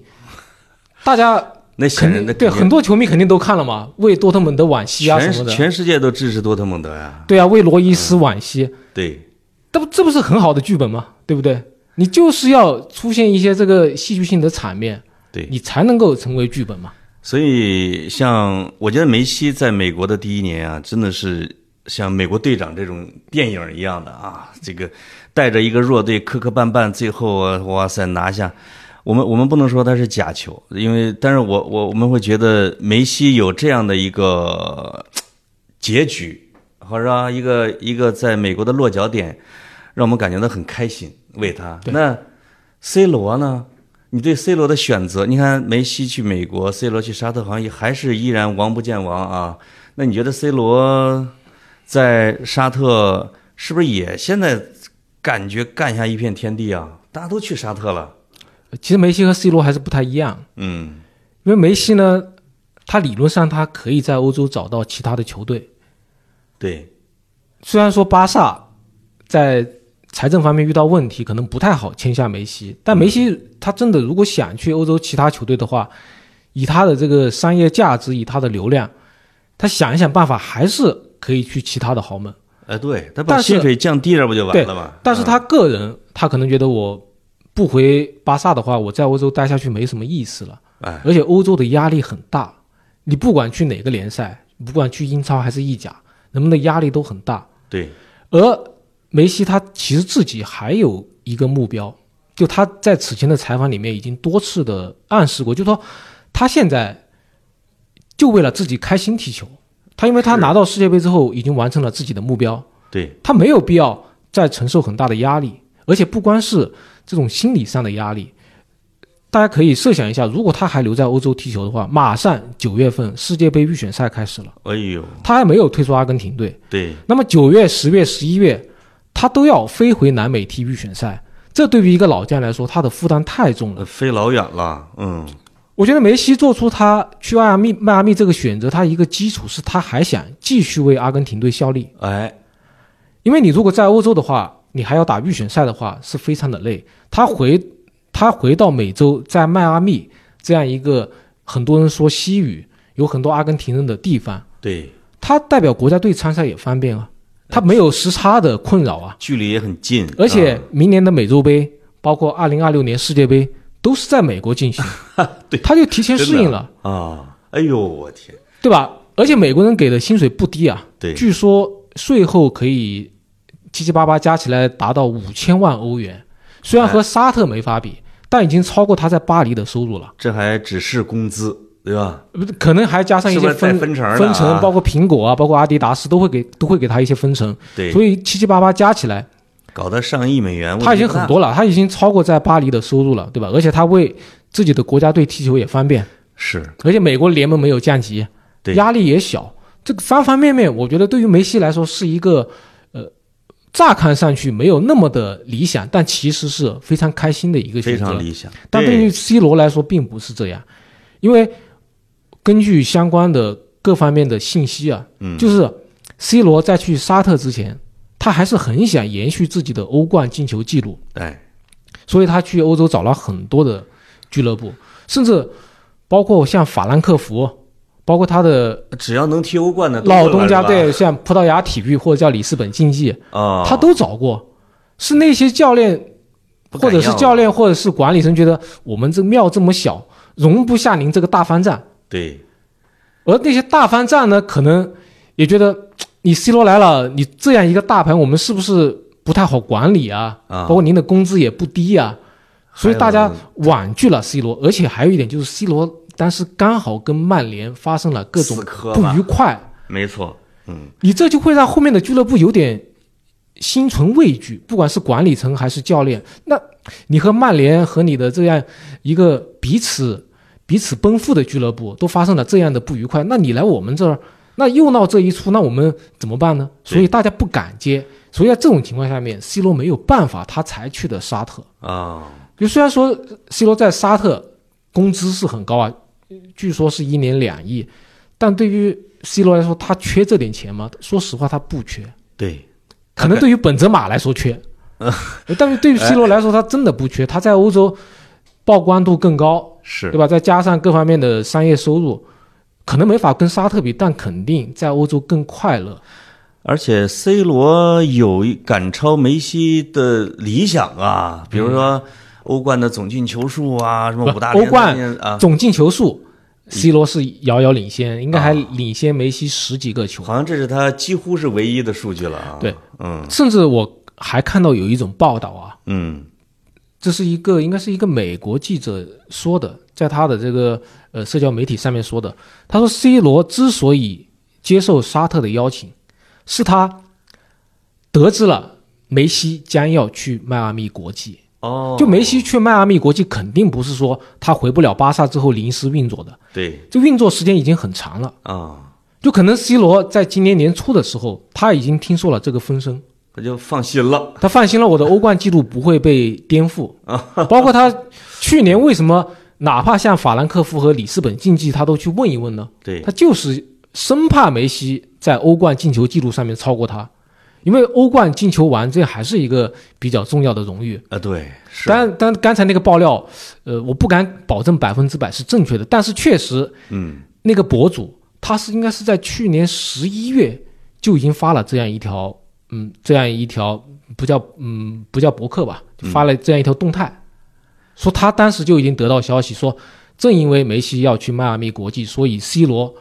Speaker 2: 大家
Speaker 1: 那
Speaker 2: 肯
Speaker 1: 显然
Speaker 2: 定
Speaker 1: 那
Speaker 2: 对很多球迷肯定都看了嘛，为多特蒙德惋惜啊
Speaker 1: 全
Speaker 2: 什么
Speaker 1: 世
Speaker 2: 的，
Speaker 1: 全世界都支持多特蒙德呀、
Speaker 2: 对啊，为罗伊斯惋惜，
Speaker 1: 对，
Speaker 2: 这不这不是很好的剧本吗？对不对？你就是要出现一些这个戏剧性的场面，
Speaker 1: 对
Speaker 2: 你才能够成为剧本嘛。
Speaker 1: 所以像我觉得梅西在美国的第一年啊，真的是像美国队长这种电影一样的啊，这个带着一个弱队磕磕绊绊，最后啊哇塞拿下。我们我们不能说他是假球，因为但是我我我们会觉得梅西有这样的一个嘖结局，或者说一个一个在美国的落脚点，让我们感觉到很开心，为他。那 C 罗呢？你对 C 罗的选择，你看梅西去美国，C 罗去沙特，好像也还是依然王不见王啊。那你觉得 C 罗在沙特是不是也现在感觉干下一片天地啊？大家都去沙特了，
Speaker 2: 其实梅西和 C 罗还是不太一样，
Speaker 1: 嗯，
Speaker 2: 因为梅西呢，他理论上他可以在欧洲找到其他的球队，
Speaker 1: 对，
Speaker 2: 虽然说巴萨在财政方面遇到问题，可能不太好签下梅西，但梅西他真的如果想去欧洲其他球队的话，以他的这个商业价值，以他的流量，他想一想办法还是可以去其他的豪门。
Speaker 1: 哎，对他把
Speaker 2: 但是
Speaker 1: 薪水降低了不就完
Speaker 2: 对
Speaker 1: 了吗？
Speaker 2: 但是
Speaker 1: 嗯
Speaker 2: 他个人，他可能觉得我不回巴萨的话，我在欧洲待下去没什么意思了。
Speaker 1: 哎，
Speaker 2: 而且欧洲的压力很大，你不管去哪个联赛，不管去英超还是意甲，人们的压力都很大。
Speaker 1: 对，
Speaker 2: 而梅西他其实自己还有一个目标，就他在此前的采访里面已经多次的暗示过，就说他现在就为了自己开心踢球，他因为他
Speaker 1: 是
Speaker 2: 拿到世界杯之后已经完成了自己的目标，
Speaker 1: 对，
Speaker 2: 他没有必要再承受很大的压力，而且不光是这种心理上的压力。大家可以设想一下，如果他还留在欧洲踢球的话，马上九月份世界杯预选赛开始了，
Speaker 1: 哎呦，
Speaker 2: 他还没有退出阿根廷队，
Speaker 1: 对，
Speaker 2: 那么九月、十月、十一月，他都要飞回南美踢预选赛，这对于一个老将来说，他的负担太重了。
Speaker 1: 呃飞老远了，嗯，
Speaker 2: 我觉得梅西做出他去迈阿密、迈阿密这个选择，他一个基础是他还想继续为阿根廷队效力，
Speaker 1: 哎，
Speaker 2: 因为你如果在欧洲的话，你还要打预选赛的话，是非常的累。他回他回到美洲，在迈阿密这样一个很多人说西语、有很多阿根廷人的地方，
Speaker 1: 对，
Speaker 2: 他代表国家队参赛也方便啊，他没有时差的困扰啊。
Speaker 1: 距离也很近，
Speaker 2: 而且
Speaker 1: 嗯，
Speaker 2: 明年的美洲杯，包括二零二六年世界杯，都是在美国进行
Speaker 1: 对
Speaker 2: 他就提前适应了，
Speaker 1: 啊，哎呦，我天，
Speaker 2: 对吧？而且美国人给的薪水不低啊，
Speaker 1: 对，
Speaker 2: 据说税后可以七七八八加起来达到五千万欧元，虽然和沙特没法比，
Speaker 1: 哎
Speaker 2: 但已经超过他在巴黎的收入了。
Speaker 1: 这还只是工资，对吧？
Speaker 2: 呃不可能还加上一
Speaker 1: 是
Speaker 2: 些
Speaker 1: 不是带
Speaker 2: 分
Speaker 1: 分成的啊
Speaker 2: 分成，包括苹果啊，包括阿迪达斯都会给都会给他一些分成，
Speaker 1: 对，
Speaker 2: 所以七七八八加起来，
Speaker 1: 搞到上亿美元，
Speaker 2: 他已经很
Speaker 1: 问题
Speaker 2: 多了，他已经超过在巴黎的收入了，对吧？而且他为自己的国家队踢球也方便，
Speaker 1: 不大是
Speaker 2: 而且美国联盟没有降级，
Speaker 1: 对
Speaker 2: 压力也小，这个方方面面，我觉得对于梅西来说是一个，呃，乍看上去没有那么的理想，但其实是非常开心的一个
Speaker 1: 非
Speaker 2: 选
Speaker 1: 常
Speaker 2: 择。
Speaker 1: 理想。
Speaker 2: 但对于 C 罗来说并不是这样，因为根据相关的各方面的信息啊，
Speaker 1: 嗯
Speaker 2: 就是 C 罗在去沙特之前，他还是很想延续自己的欧冠进球记录。
Speaker 1: 哎，
Speaker 2: 所以他去欧洲找了很多的俱乐部，甚至包括像法兰克福，包括他的
Speaker 1: 只要能踢欧冠的都
Speaker 2: 老东
Speaker 1: 问
Speaker 2: 家
Speaker 1: 了
Speaker 2: 队，像葡萄牙体育或者叫里斯本竞技，
Speaker 1: 啊，
Speaker 2: 他都找过。是那些教练
Speaker 1: 不
Speaker 2: 或
Speaker 1: 敢
Speaker 2: 者是
Speaker 1: 要啊
Speaker 2: 教练或者是管理层觉得我们这庙这么小，容不下您这个大方丈。
Speaker 1: 对
Speaker 2: 而那些大方丈呢，可能也觉得嘖你 C 罗来了，你这样一个大盘，我们是不是不太好管理啊？
Speaker 1: 啊
Speaker 2: 包括您的工资也不低呀、所以大
Speaker 1: 还
Speaker 2: 家
Speaker 1: 有
Speaker 2: 婉拒了 C 罗。而且还有一点就是，C 罗当时刚好跟曼联发生了各种
Speaker 1: 死磕
Speaker 2: 不
Speaker 1: 嘛
Speaker 2: 愉快，
Speaker 1: 没错，嗯，
Speaker 2: 你这就会让后面的俱乐部有点心存畏惧，不管是管理层还是教练。那你和曼联和你的这样一个彼此彼此奔赴的俱乐部都发生了这样的不愉快，那你来我们这儿，那又闹这一出，那我们怎么办呢？所以大家不敢接，所以在这种情况下面，C 罗没有办法，他才去的沙特。
Speaker 1: 啊，
Speaker 2: 就虽然说 C 罗在沙特工资是很高啊，据说是一年两亿，但对于 C 罗来说，他缺这点钱吗？说实话，他不缺。
Speaker 1: 对，
Speaker 2: 可能对于本泽马来说缺，
Speaker 1: 嗯
Speaker 2: 但是对
Speaker 1: 哎
Speaker 2: 于 C 罗来说，他真的不缺。他在欧洲曝光度更高，
Speaker 1: 是
Speaker 2: 对吧？再加上各方面的商业收入，可能没法跟沙特比，但肯定在欧洲更快乐。
Speaker 1: 而且 C 罗有一赶超梅西的理想啊，比如说欧冠的总进球数啊，什么五大
Speaker 2: 嗯不
Speaker 1: 联
Speaker 2: 欧冠
Speaker 1: 赛啊，嗯
Speaker 2: 总进球数，C 罗是遥遥领先，应该
Speaker 1: 啊
Speaker 2: 还领先梅西十几个球。
Speaker 1: 好像这是他几乎是唯一的数据了啊。
Speaker 2: 对，
Speaker 1: 嗯
Speaker 2: 甚至我还看到有一种报道啊，
Speaker 1: 嗯
Speaker 2: 这是一个应该是一个美国记者说的，在他的这个呃社交媒体上面说的。他说，C 罗之所以接受沙特的邀请，是他得知了梅西将要去迈阿密国际。
Speaker 1: 哦，
Speaker 2: 就梅西去迈阿密国际，肯定不是说他回不了巴萨之后临时运作的，
Speaker 1: 对
Speaker 2: 这运作时间已经很长了。
Speaker 1: 啊，
Speaker 2: 就可能 C 罗在今年年初的时候，他已经听说了这个风声，
Speaker 1: 他就放心了。
Speaker 2: 他放心了，我的欧冠记录不会被颠覆。
Speaker 1: 啊
Speaker 2: 包括他去年为什么哪怕像法兰克福和里斯本竞技，他都去问一问呢？
Speaker 1: 对
Speaker 2: 他就是生怕梅西在欧冠进球记录上面超过他，因为欧冠进球王这还是一个比较重要的荣誉。
Speaker 1: 啊，对，是
Speaker 2: 但但刚才那个爆料，呃，我不敢保证百分之百是正确的，但是确实
Speaker 1: 嗯
Speaker 2: 那个博主他是应该是在去年十一月就已经发了这样一条，嗯，这样一条不叫嗯不叫博客吧，
Speaker 1: 嗯
Speaker 2: 就发了这样一条动态，说他当时就已经得到消息说，正因为梅西要去迈阿密国际，所以 C 罗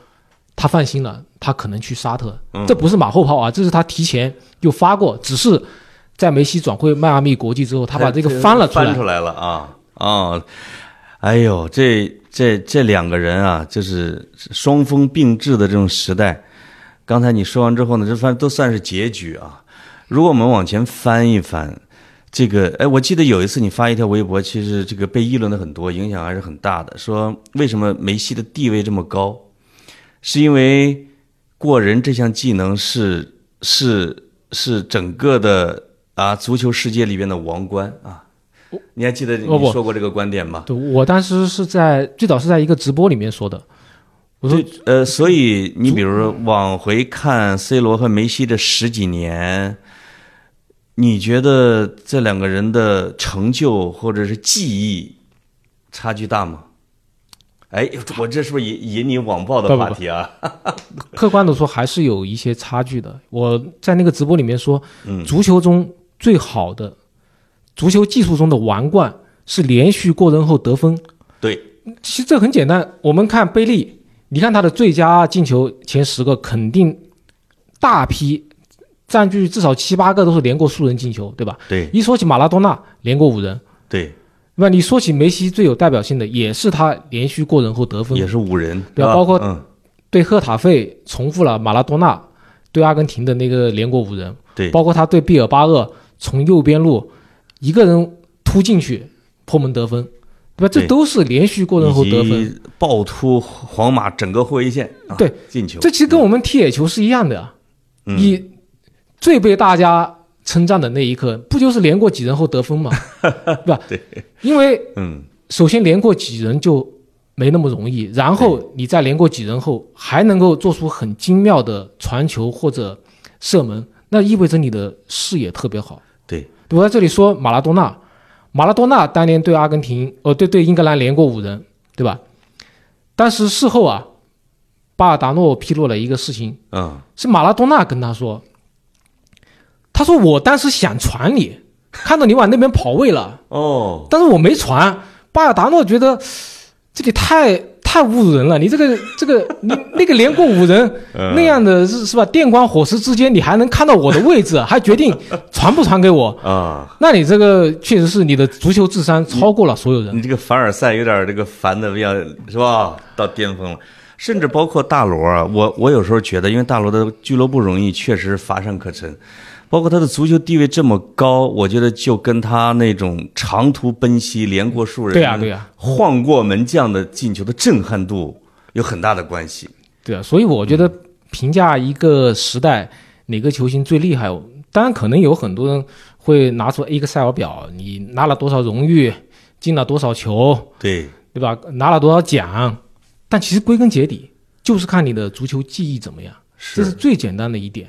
Speaker 2: 他放心了，他可能去沙特，
Speaker 1: 嗯
Speaker 2: 这不是马后炮啊，这是他提前就发过，只是。在梅西转会迈阿密国际之后，他把这个翻了出来
Speaker 1: 翻，出来了啊啊！哎呦，这这这两个人啊，就是双峰并峙的这种时代。刚才你说完之后呢，这反正都算是结局啊。如果我们往前翻一翻，这个哎，我记得有一次你发一条微博，其实这个被议论的很多，影响还是很大的。说为什么梅西的地位这么高，是因为过人这项技能是是是整个的啊足球世界里边的王冠啊。你还记得你
Speaker 2: 不不
Speaker 1: 说过这个观点吗？
Speaker 2: 对，我当时是在最早是在一个直播里面说的，我说
Speaker 1: 呃，所以你比如说
Speaker 2: 嗯
Speaker 1: 往回看 C 罗和梅西这十几年，你觉得这两个人的成就或者是记忆差距大吗？哎，我这是不是引引你网暴的
Speaker 2: 不不
Speaker 1: 话题啊？
Speaker 2: 客观的说还是有一些差距的。我在那个直播里面说，足球中最好的足球技术中的王冠是连续过人后得分。
Speaker 1: 对，
Speaker 2: 其实这很简单，我们看贝利，你看他的最佳进球前十个，肯定大批占据至少七八个都是连过数人进球，对吧？
Speaker 1: 对，
Speaker 2: 一说起马拉多纳，连过五人。
Speaker 1: 对，
Speaker 2: 那你说起梅西最有代表性的，也是他连续过人后得分
Speaker 1: 也是五人，
Speaker 2: 对
Speaker 1: 是
Speaker 2: 啊
Speaker 1: 吧
Speaker 2: 包括
Speaker 1: 嗯，
Speaker 2: 对赫塔费重复了马拉多纳对阿根廷的那个连过五人，
Speaker 1: 对，
Speaker 2: 包括他对毕尔巴鄂从右边路一个人突进去破门得分，对吧？
Speaker 1: 对
Speaker 2: 这都是连续过人后得
Speaker 1: 以
Speaker 2: 分，
Speaker 1: 及暴突皇马整个后卫线，啊
Speaker 2: 对，
Speaker 1: 进球，
Speaker 2: 这其实跟我们踢野球是一样的啊。
Speaker 1: 嗯
Speaker 2: 你最被大家称赞的那一刻，不就是连过几人后得 分吗？对吧？对，因为
Speaker 1: 嗯，
Speaker 2: 首先连过几人就没那么容易，然后你再连过几人后，还能够做出很精妙的传球或者射门，那意味着你的视野特别好。
Speaker 1: 对，
Speaker 2: 我在这里说马拉多纳，马拉多纳当年对阿根廷，呃，对对英格兰连过五人，对吧？但是事后啊，巴尔达诺披露了一个事情，
Speaker 1: 嗯，
Speaker 2: 是马拉多纳跟他说，他说我当时想传你，看到你往那边跑位了。
Speaker 1: 哦，
Speaker 2: 但是我没传。巴尔达诺觉得这里太太侮辱人了，你这个这个你那个连过五人那样的是是吧？电光火石之间，你还能看到我的位置，啊还决定传不传给我？
Speaker 1: 啊。
Speaker 2: 那你这个确实是你的足球智商超过了所有人。
Speaker 1: 你这个凡尔赛有点这个烦的要是吧？到巅峰了，甚至包括大罗啊，我我有时候觉得，因为大罗的俱乐部容易确实乏善可陈，包括他的足球地位这么高，我觉得就跟他那种长途奔袭、连过数人、
Speaker 2: 对啊呀对呀
Speaker 1: 晃过门将的进球的震撼度有很大的关系。
Speaker 2: 对啊，所以我觉得评价一个时代哪个球星最厉害，当然，可能有很多人会拿出 Excel 表，你拿了多少荣誉，进了多少球，
Speaker 1: 对，
Speaker 2: 对吧？拿了多少奖？但其实归根结底就是看你的足球技艺怎么样，这是
Speaker 1: 是
Speaker 2: 最简单的一点。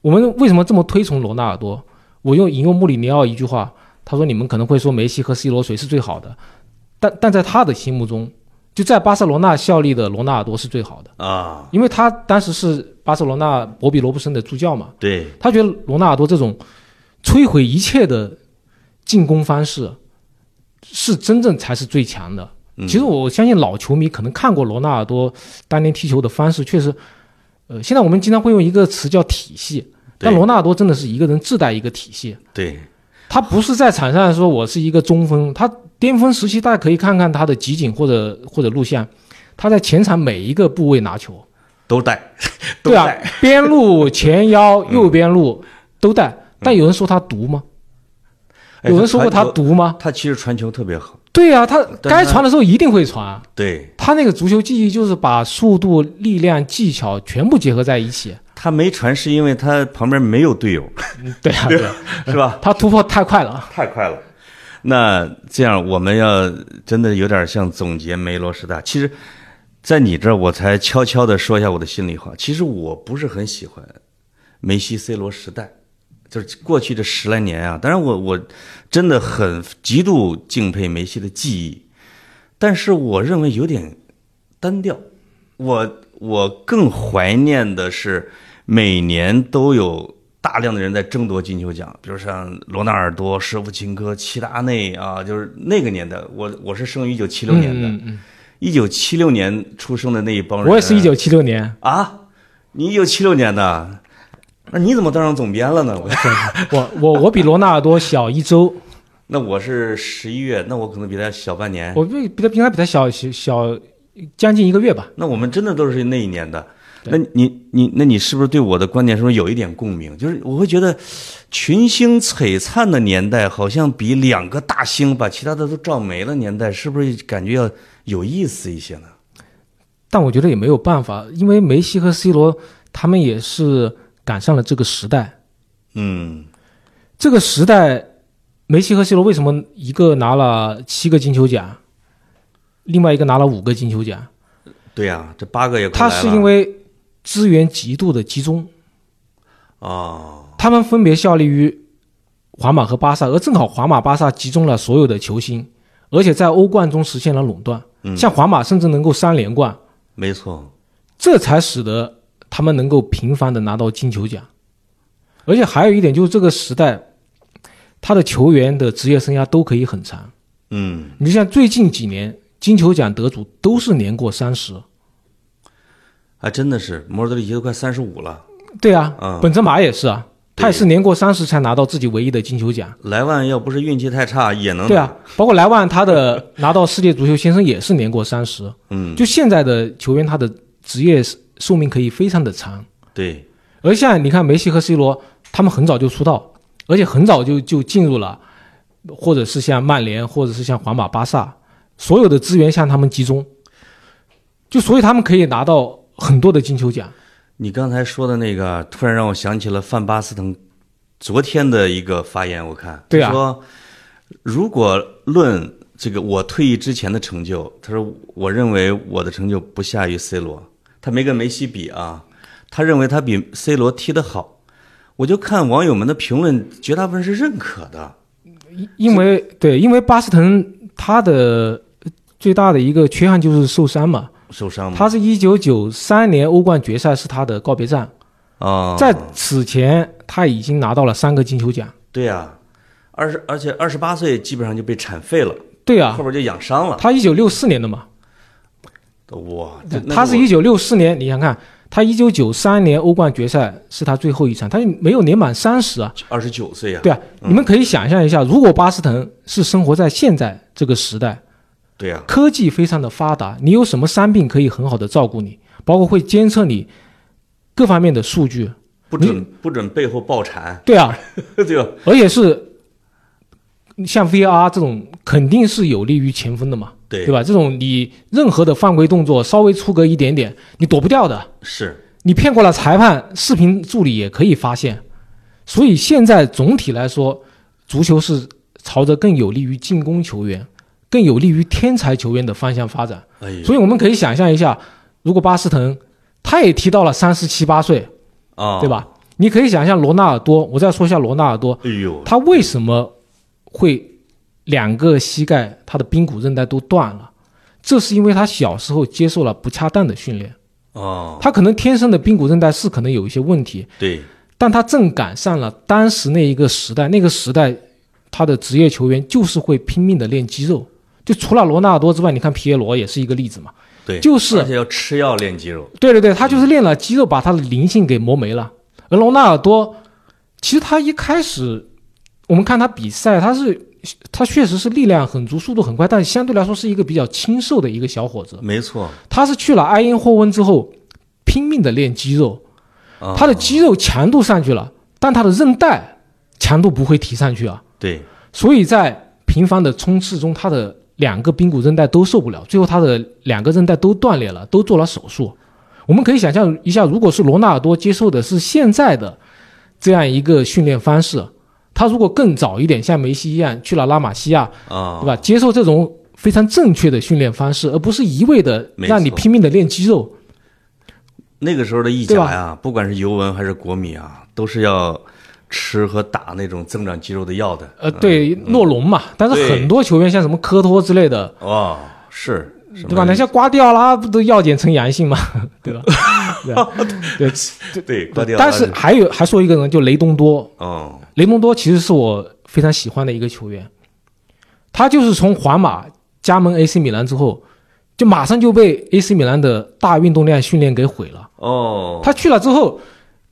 Speaker 2: 我们为什么这么推崇罗纳尔多？我用引用穆里尼奥一句话，他说：“你们可能会说梅西和 C 罗谁是最好的，但但在他的心目中，就在巴塞罗那效力的罗纳尔多是最好的，
Speaker 1: 啊，
Speaker 2: 因为他当时是巴塞罗那博比罗布森的助教嘛。”
Speaker 1: 对，
Speaker 2: 他觉得罗纳尔多这种摧毁一切的进攻方式是真正才是最强的。
Speaker 1: 嗯
Speaker 2: 其实我相信老球迷可能看过罗纳尔多当年踢球的方式，确实，呃，现在我们经常会用一个词叫体系，但
Speaker 1: 对
Speaker 2: 罗纳尔多真的是一个人自带一个体系。
Speaker 1: 对，
Speaker 2: 他不是在场上说我是一个中锋，他巅峰时期大家可以看看他的集锦或者或者录像，他在前场每一个部位拿球，
Speaker 1: 都带， 都
Speaker 2: 对啊
Speaker 1: 带，，嗯
Speaker 2: 边路、前腰、右边路都带。但有人说他毒吗？
Speaker 1: 哎
Speaker 2: 有人说过他
Speaker 1: 传球
Speaker 2: 毒吗？
Speaker 1: 他其实传球特别好，
Speaker 2: 对啊，他
Speaker 1: 但他
Speaker 2: 该传的时候一定会传。啊
Speaker 1: 对
Speaker 2: 他那个足球技艺就是把速度、力量、技巧全部结合在一起。
Speaker 1: 他没传是因为他旁边没有队友，
Speaker 2: 嗯对 啊，对啊，
Speaker 1: 是吧？
Speaker 2: 他突破太快了。啊
Speaker 1: 太快了。那这样，我们要真的有点像总结梅罗十大。其实，在你这儿，我才悄悄的说一下我的心里话。其实我不是很喜欢梅西、C 罗时代，就是过去这十来年啊。当然我，我真的很极度敬佩梅西的技艺，但是我认为有点单调。我我更怀念的是每年都有大量的人在争夺金球奖，比如像罗纳尔多、舍甫琴科、齐达内啊，就是那个年代，我我是生于一九七六年的，
Speaker 2: 嗯嗯
Speaker 1: 一九七六年出生的那一帮
Speaker 2: 嗯
Speaker 1: 人，
Speaker 2: 我也是一九七六年，
Speaker 1: 啊，你一九七六年的，那你怎么当上总编了呢？我
Speaker 2: 我我我比罗纳尔多小 一周，
Speaker 1: 那我是十一月，那我可能比他小半年。
Speaker 2: 我比比他应该比他小小小将近一个月吧。
Speaker 1: 那我们真的都是那一年的。
Speaker 2: 对
Speaker 1: 那你你那你是不是对我的观点是不是有一点共鸣？就是我会觉得，群星璀璨的年代，好像比两个大星把其他的都照没了年代，是不是感觉要有意思一些呢？
Speaker 2: 但我觉得也没有办法，因为梅西和 C 罗他们也是赶上了这个时代。
Speaker 1: 嗯，
Speaker 2: 这个时代，梅西和 C 罗为什么一个拿了七个金球奖，另外一个拿了五个金球奖？
Speaker 1: 对呀、这八个也快
Speaker 2: 他
Speaker 1: 来
Speaker 2: 是
Speaker 1: 了
Speaker 2: 因为资源极度的集中，
Speaker 1: 哦，
Speaker 2: 他们分别效力于皇马和巴萨，而正好皇马、巴萨集中了所有的球星，而且在欧冠中实现了垄断。
Speaker 1: 嗯
Speaker 2: 像皇马甚至能够三连冠，
Speaker 1: 没错，
Speaker 2: 这才使得他们能够频繁的拿到金球奖。而且还有一点就是这个时代，他的球员的职业生涯都可以很长。
Speaker 1: 嗯，
Speaker 2: 你就像最近几年金球奖得主都是年过三十，
Speaker 1: 啊，真的是摩尔德里奇都快三十五了，
Speaker 2: 对啊，
Speaker 1: 嗯
Speaker 2: 本泽马也是啊，他也是年过三十才拿到自己唯一的金球奖，
Speaker 1: 莱万要不是运气太差也能
Speaker 2: 对啊，包括莱万他的拿到世界足球先生也是年过三十，
Speaker 1: 拿，嗯，
Speaker 2: 就现在的球员他的职业寿命可以非常的长，
Speaker 1: 对，
Speaker 2: 而像你看梅西和 C 罗，他们很早就出道，而且很早就就进入了，或者是像曼联，或者是像皇马、巴萨，所有的资源向他们集中，就所以他们可以拿到很多的金球奖。
Speaker 1: 你刚才说的那个，突然让我想起了范巴斯滕昨天的一个发言，我看
Speaker 2: 对啊
Speaker 1: 他说如果论这个我退役之前的成就，他说我认为我的成就不下于 C 罗，他没跟梅西比啊，他认为他比 C 罗踢得好，我就看网友们的评论，绝大部分是认可的，
Speaker 2: 因为对，因为巴斯滕他的最大的一个缺憾就是受伤嘛。
Speaker 1: 受伤吗？
Speaker 2: 他是一九九三年欧冠决赛是他的告别战，
Speaker 1: 啊，
Speaker 2: 在此前他已经拿到了三个金球奖。
Speaker 1: 对呀、2二十而且二十八岁基本上就被铲废了，
Speaker 2: 对啊
Speaker 1: 后，边就养伤了，
Speaker 2: 他一九六四年的嘛，
Speaker 1: 哇，这那
Speaker 2: 他是
Speaker 1: 我
Speaker 2: 一九六四年，你想看他一九九三年欧冠决赛是他最后一场，他没有年满三十啊。
Speaker 1: 二十九岁呀、
Speaker 2: 对啊，你
Speaker 1: 嗯
Speaker 2: 们可以想象一下，如果巴斯滕是生活在现在这个时代，
Speaker 1: 对呀、
Speaker 2: 科技非常的发达，你有什么伤病可以很好的照顾你，包括会监测你各方面的数据。
Speaker 1: 不准不准背后爆产，
Speaker 2: 对啊，
Speaker 1: 对吧？
Speaker 2: 而且是像 VR 这种肯定是有利于前锋的嘛，
Speaker 1: 对
Speaker 2: 对吧？这种你任何的犯规动作稍微出格一点点，你躲不掉的。
Speaker 1: 是，
Speaker 2: 你骗过了裁判，视频助理也可以发现，所以现在总体来说，足球是朝着更有利于进攻球员、更有利于天才球员的方向发展。
Speaker 1: 哎呦
Speaker 2: 所以我们可以想象一下，如果巴斯滕他也踢到了三十七八岁，
Speaker 1: 啊，
Speaker 2: 对？吧？你可以想象罗纳尔多，我再说一下罗纳尔多，
Speaker 1: 哎呦，
Speaker 2: 他为什么会两个膝盖他的髌骨韧带都断了？这是因为他小时候接受了不恰当的训练，
Speaker 1: 哦，
Speaker 2: 他可能天生的髌骨韧带是可能有一些问题，
Speaker 1: 对，
Speaker 2: 但他正赶上了当时那一个时代，那个时代他的职业球员就是会拼命的练肌肉，就除了罗纳尔多之外，你看皮耶罗也是一个例子嘛。
Speaker 1: 对，
Speaker 2: 就是
Speaker 1: 而且要吃药练肌肉，
Speaker 2: 对对对，他就是练了肌肉，把他的灵性给磨没了。而罗纳尔多，其实他一开始，我们看他比赛，他是他确实是力量很足，速度很快，但相对来说是一个比较清瘦的一个小伙子。
Speaker 1: 没错，
Speaker 2: 他是去了埃因霍温之后，拼命的练肌肉，
Speaker 1: 啊，
Speaker 2: 他的肌肉强度上去了，但他的韧带强度不会提上去啊。
Speaker 1: 对，
Speaker 2: 所以在频繁的冲刺中，他的两个髌骨韧带都受不了，最后他的两个韧带都断裂了，都做了手术。我们可以想象一下，如果是罗纳尔多接受的是现在的这样一个训练方式，他如果更早一点，像梅西一样去了拉玛西亚，
Speaker 1: 啊
Speaker 2: 对，吧？接受这种非常正确的训练方式，而不是一味的
Speaker 1: 没
Speaker 2: 让你
Speaker 1: 错
Speaker 2: 拼命的练肌肉。
Speaker 1: 那个时候的意甲
Speaker 2: 对吧
Speaker 1: 呀，不管是尤文还是国米啊，都是要吃和打那种增长肌肉的药的。
Speaker 2: 呃，对，洛龙嘛，但是
Speaker 1: 对
Speaker 2: 很多球员像什么科托之类的，
Speaker 1: 哦，是，什
Speaker 2: 对吧？那
Speaker 1: 么
Speaker 2: 像瓜迪奥拉不都药检呈阳性嘛， 对吧？对吧对，
Speaker 1: 对，瓜迪奥拉
Speaker 2: 但是还有还说一个人，就雷东多。
Speaker 1: 哦，
Speaker 2: 雷东多其实是我非常喜欢的一个球员，他就是从皇马加盟 AC 米兰之后，就马上就被 AC 米兰的大运动量训练给毁了。
Speaker 1: 哦，
Speaker 2: 他去了之后，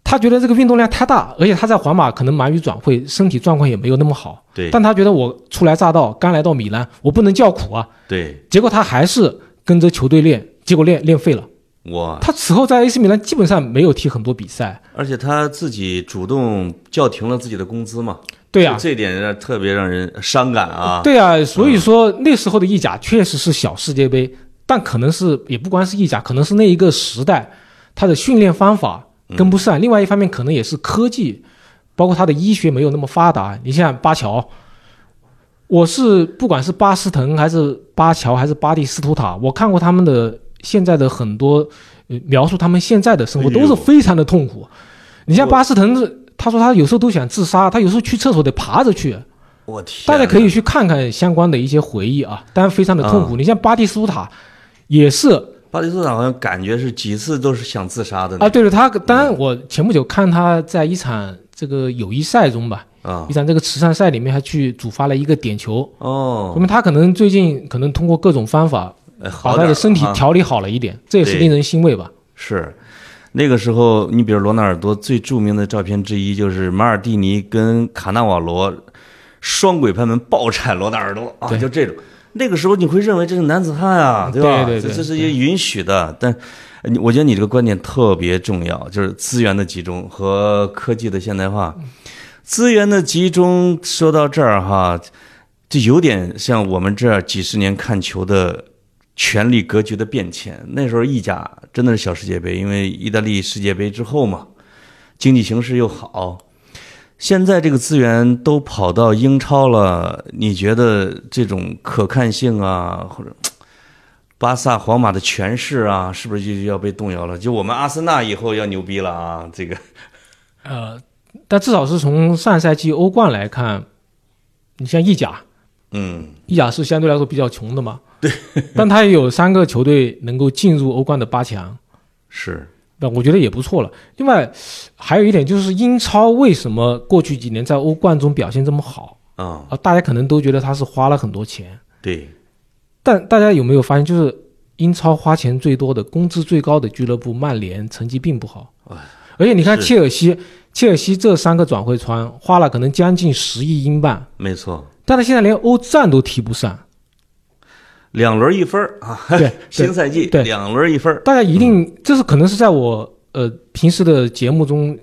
Speaker 2: 他觉得这个运动量太大，而且他在皇马可能忙于转会，身体状况也没有那么好。
Speaker 1: 对
Speaker 2: 但他觉得我初来乍到，刚来到米兰，我不能叫苦啊。
Speaker 1: 对，
Speaker 2: 结果他还是跟着球队练，结果练练废了。
Speaker 1: 哇，
Speaker 2: 他此后在 AC 米兰基本上没有踢很多比赛。
Speaker 1: 而且他自己主动叫停了自己的工资嘛，
Speaker 2: 对啊呀、
Speaker 1: 就这点让特别让人伤感啊。
Speaker 2: 对啊，所以说那时候的意甲确实是小世界杯，但可能是也不光是意甲，可能是那一个时代它的训练方法
Speaker 1: 嗯
Speaker 2: 跟不上。另外一方面，可能也是科技，包括它的医学没有那么发达。你像巴乔，我是不管是巴斯滕还是巴乔还是巴蒂斯图塔，我看过他们的现在的很多呃描述，他们现在的生活
Speaker 1: 哎呦
Speaker 2: 都是非常的痛苦。你像
Speaker 1: 我
Speaker 2: 巴斯滕是。他说他有时候都想自杀，他有时候去厕所得爬着去。
Speaker 1: 我天
Speaker 2: 大
Speaker 1: 哪，嗯
Speaker 2: 家可以去看看相关的一些回忆啊，当然非常的痛苦。你像巴蒂斯图塔，也是
Speaker 1: 巴蒂斯塔好像感觉是几次都是想自杀的呢
Speaker 2: 啊，对了，他
Speaker 1: 嗯
Speaker 2: 当然我前不久看他在一场这个友谊赛中吧，
Speaker 1: 啊
Speaker 2: 一场这个慈善赛里面还去主发了一个点球，说
Speaker 1: 哦，
Speaker 2: 明他可能最近可能通过各种方法
Speaker 1: 哎
Speaker 2: 把
Speaker 1: 好
Speaker 2: 他
Speaker 1: 点儿
Speaker 2: 的身体
Speaker 1: 啊
Speaker 2: 调理好了一点，这也是
Speaker 1: 对
Speaker 2: 令人欣慰吧。
Speaker 1: 是，那个时候，你比如罗纳尔多最著名的照片之一就是马尔蒂尼跟卡纳瓦罗双轨拍门爆铲罗纳尔多啊，
Speaker 2: 对嗯
Speaker 1: 就这种。那个时候你会认为这是男子汉啊，吧？
Speaker 2: 对对对
Speaker 1: 这这是也允许的。但呃你我觉得你这个观点特别重要，就是资源的集中和科技的现代化。
Speaker 2: 嗯
Speaker 1: 资源的集中，说到这儿哈，就有点像我们这儿几十年看球的权力格局的变迁。那时候意甲真的是小世界杯，因为意大利世界杯之后嘛，经济形势又好。现在这个资源都跑到英超了，你觉得这种可看性啊，或者嘖巴萨、皇马的权势啊，是不是就要被动摇了？就我们阿森纳以后要牛逼了啊！这个
Speaker 2: 呃，但至少是从上赛季欧冠来看，你像意甲，
Speaker 1: 嗯，
Speaker 2: 意甲是相对来说比较穷的嘛，对， 但他也有三个球队能够进入欧冠的八强。
Speaker 1: 是
Speaker 2: 那我觉得也不错了。另外，还有一点就是英超为什么过去几年在欧冠中表现这么好
Speaker 1: 啊、
Speaker 2: 啊？大家可能都觉得他是花了很多钱，
Speaker 1: 对，
Speaker 2: 但大家有没有发现，就是英超花钱最多的、工资最高的俱乐部曼联成绩并不好，而且你看
Speaker 1: 是
Speaker 2: 切尔西，切尔西这三个转会窗花了可能将近十亿英镑，
Speaker 1: 没错，
Speaker 2: 但他现在连欧战都踢不上。
Speaker 1: 两轮一分儿啊，
Speaker 2: 对
Speaker 1: 新赛季
Speaker 2: 对
Speaker 1: 两轮一分儿，
Speaker 2: 大家一定，这是可能是在我呃平时的节目中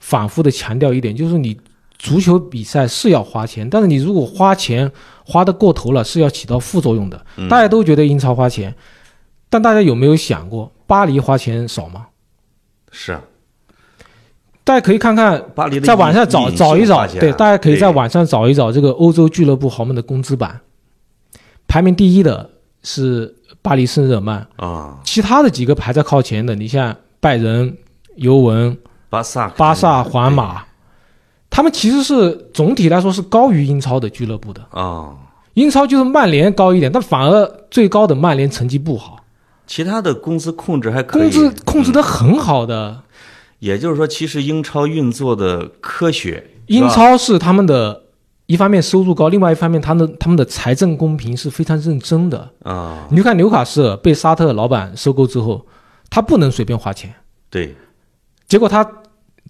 Speaker 2: 反复的强调一点，就是你足球比赛是要花钱，但是你如果花钱花的过头了，是要起到副作用的。
Speaker 1: 嗯
Speaker 2: 大家都觉得英超花钱，但大家有没有想过，巴黎花钱少吗？
Speaker 1: 是啊
Speaker 2: 大家可以看看，
Speaker 1: 巴黎的
Speaker 2: 在网上
Speaker 1: 隐
Speaker 2: 找
Speaker 1: 隐
Speaker 2: 找一
Speaker 1: 性
Speaker 2: 找
Speaker 1: 发，现啊
Speaker 2: 对，大家可以在网上找一找这个欧洲俱乐部豪门的工资版，排名第一的是巴黎圣日耳曼，
Speaker 1: 啊，
Speaker 2: 其他的几个排在靠前的，你像拜仁、尤文、
Speaker 1: 巴萨肯定、
Speaker 2: 巴萨、皇马，他们其实是总体来说是高于英超的俱乐部的。
Speaker 1: 对啊，
Speaker 2: 英超就是曼联高一点，但反而最高的曼联成绩不好，
Speaker 1: 其他的工资控制还可
Speaker 2: 工
Speaker 1: 以。嗯
Speaker 2: 资控制得很好的。
Speaker 1: 也就是说，其实英超运作的科学，
Speaker 2: 英
Speaker 1: 是吧
Speaker 2: 超是他们的一方面收入高，另外一方面他们的他们的财政公平是非常认真的。
Speaker 1: 啊，
Speaker 2: 你就看纽卡斯尔被沙特老板收购之后，他不能随便花钱，
Speaker 1: 对，
Speaker 2: 结果他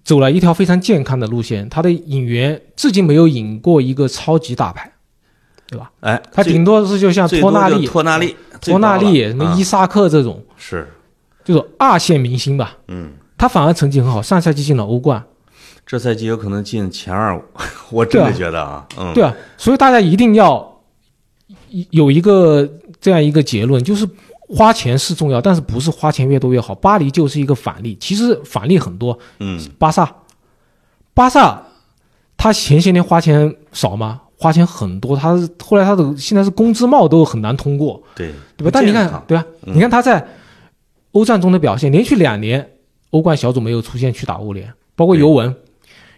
Speaker 2: 走了一条非常健康的路线，他的引援至今没有引过一个超级大牌，对吧？
Speaker 1: 哎，
Speaker 2: 他
Speaker 1: 最
Speaker 2: 顶多是就像
Speaker 1: 最
Speaker 2: 托
Speaker 1: 多
Speaker 2: 纳
Speaker 1: 就
Speaker 2: 利、
Speaker 1: 托纳利、
Speaker 2: 托纳利、什
Speaker 1: 最高了
Speaker 2: 么
Speaker 1: 啊
Speaker 2: 伊萨克这种，
Speaker 1: 是，
Speaker 2: 就是二线明星吧，
Speaker 1: 嗯，
Speaker 2: 他反而成绩很好，上赛季进了欧冠，
Speaker 1: 这赛季有可能进前二 五，我真
Speaker 2: 对
Speaker 1: 的
Speaker 2: 啊
Speaker 1: 觉得啊，嗯，
Speaker 2: 对啊，所以大家一定要有一个这样一个结论，就是花钱是重要，但是不是花钱越多越好。巴黎就是一个反例，其实反例很多，
Speaker 1: 嗯，
Speaker 2: 巴萨，巴萨他前些年花钱少吗？花钱很多，他是后来他的现在是工资帽都很难通过，
Speaker 1: 对，
Speaker 2: 对吧？但你
Speaker 1: 不健
Speaker 2: 看
Speaker 1: 康，嗯
Speaker 2: 对啊，你看他在欧战中的表现，连续两年欧冠小组没有出现去打欧联，包括
Speaker 1: 对
Speaker 2: 尤文，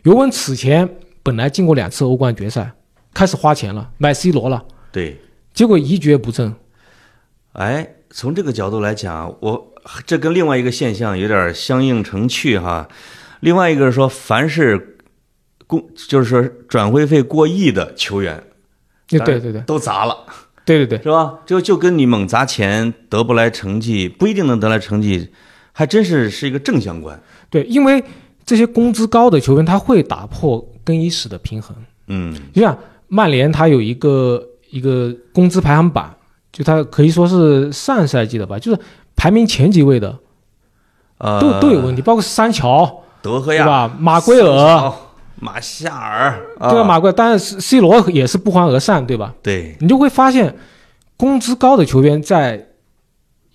Speaker 2: 尤文此前本来进过两次欧冠决赛，开始花钱了，买 C 罗了，
Speaker 1: 对，
Speaker 2: 结果一蹶不振。
Speaker 1: 哎，从这个角度来讲，我 这跟另外一个现象有点相应成趣哈。另外一个是说，凡是工就是说转会费过亿的球员
Speaker 2: 对
Speaker 1: 当然
Speaker 2: 对对对
Speaker 1: 都砸了，
Speaker 2: 对对对，
Speaker 1: 是吧？就就跟你猛砸钱得不来成绩，不一定能得来成绩，还真是是一个正相关。
Speaker 2: 对，因为这些工资高的球员他会打破更衣室的平衡。
Speaker 1: 嗯，
Speaker 2: 就像啊曼联，它有一个一个工资排行榜，就它可以说是上赛季的吧，就是排名前几位的
Speaker 1: 呃，
Speaker 2: 都、都有问题，包括三乔
Speaker 1: 德赫
Speaker 2: 对
Speaker 1: 亚、
Speaker 2: 吧？马圭尔
Speaker 1: 桑乔、马夏尔，啊
Speaker 2: 对吧？马圭，当然 C- C 罗也是不欢而散，对吧？
Speaker 1: 对，
Speaker 2: 你就会发现，工资高的球员在，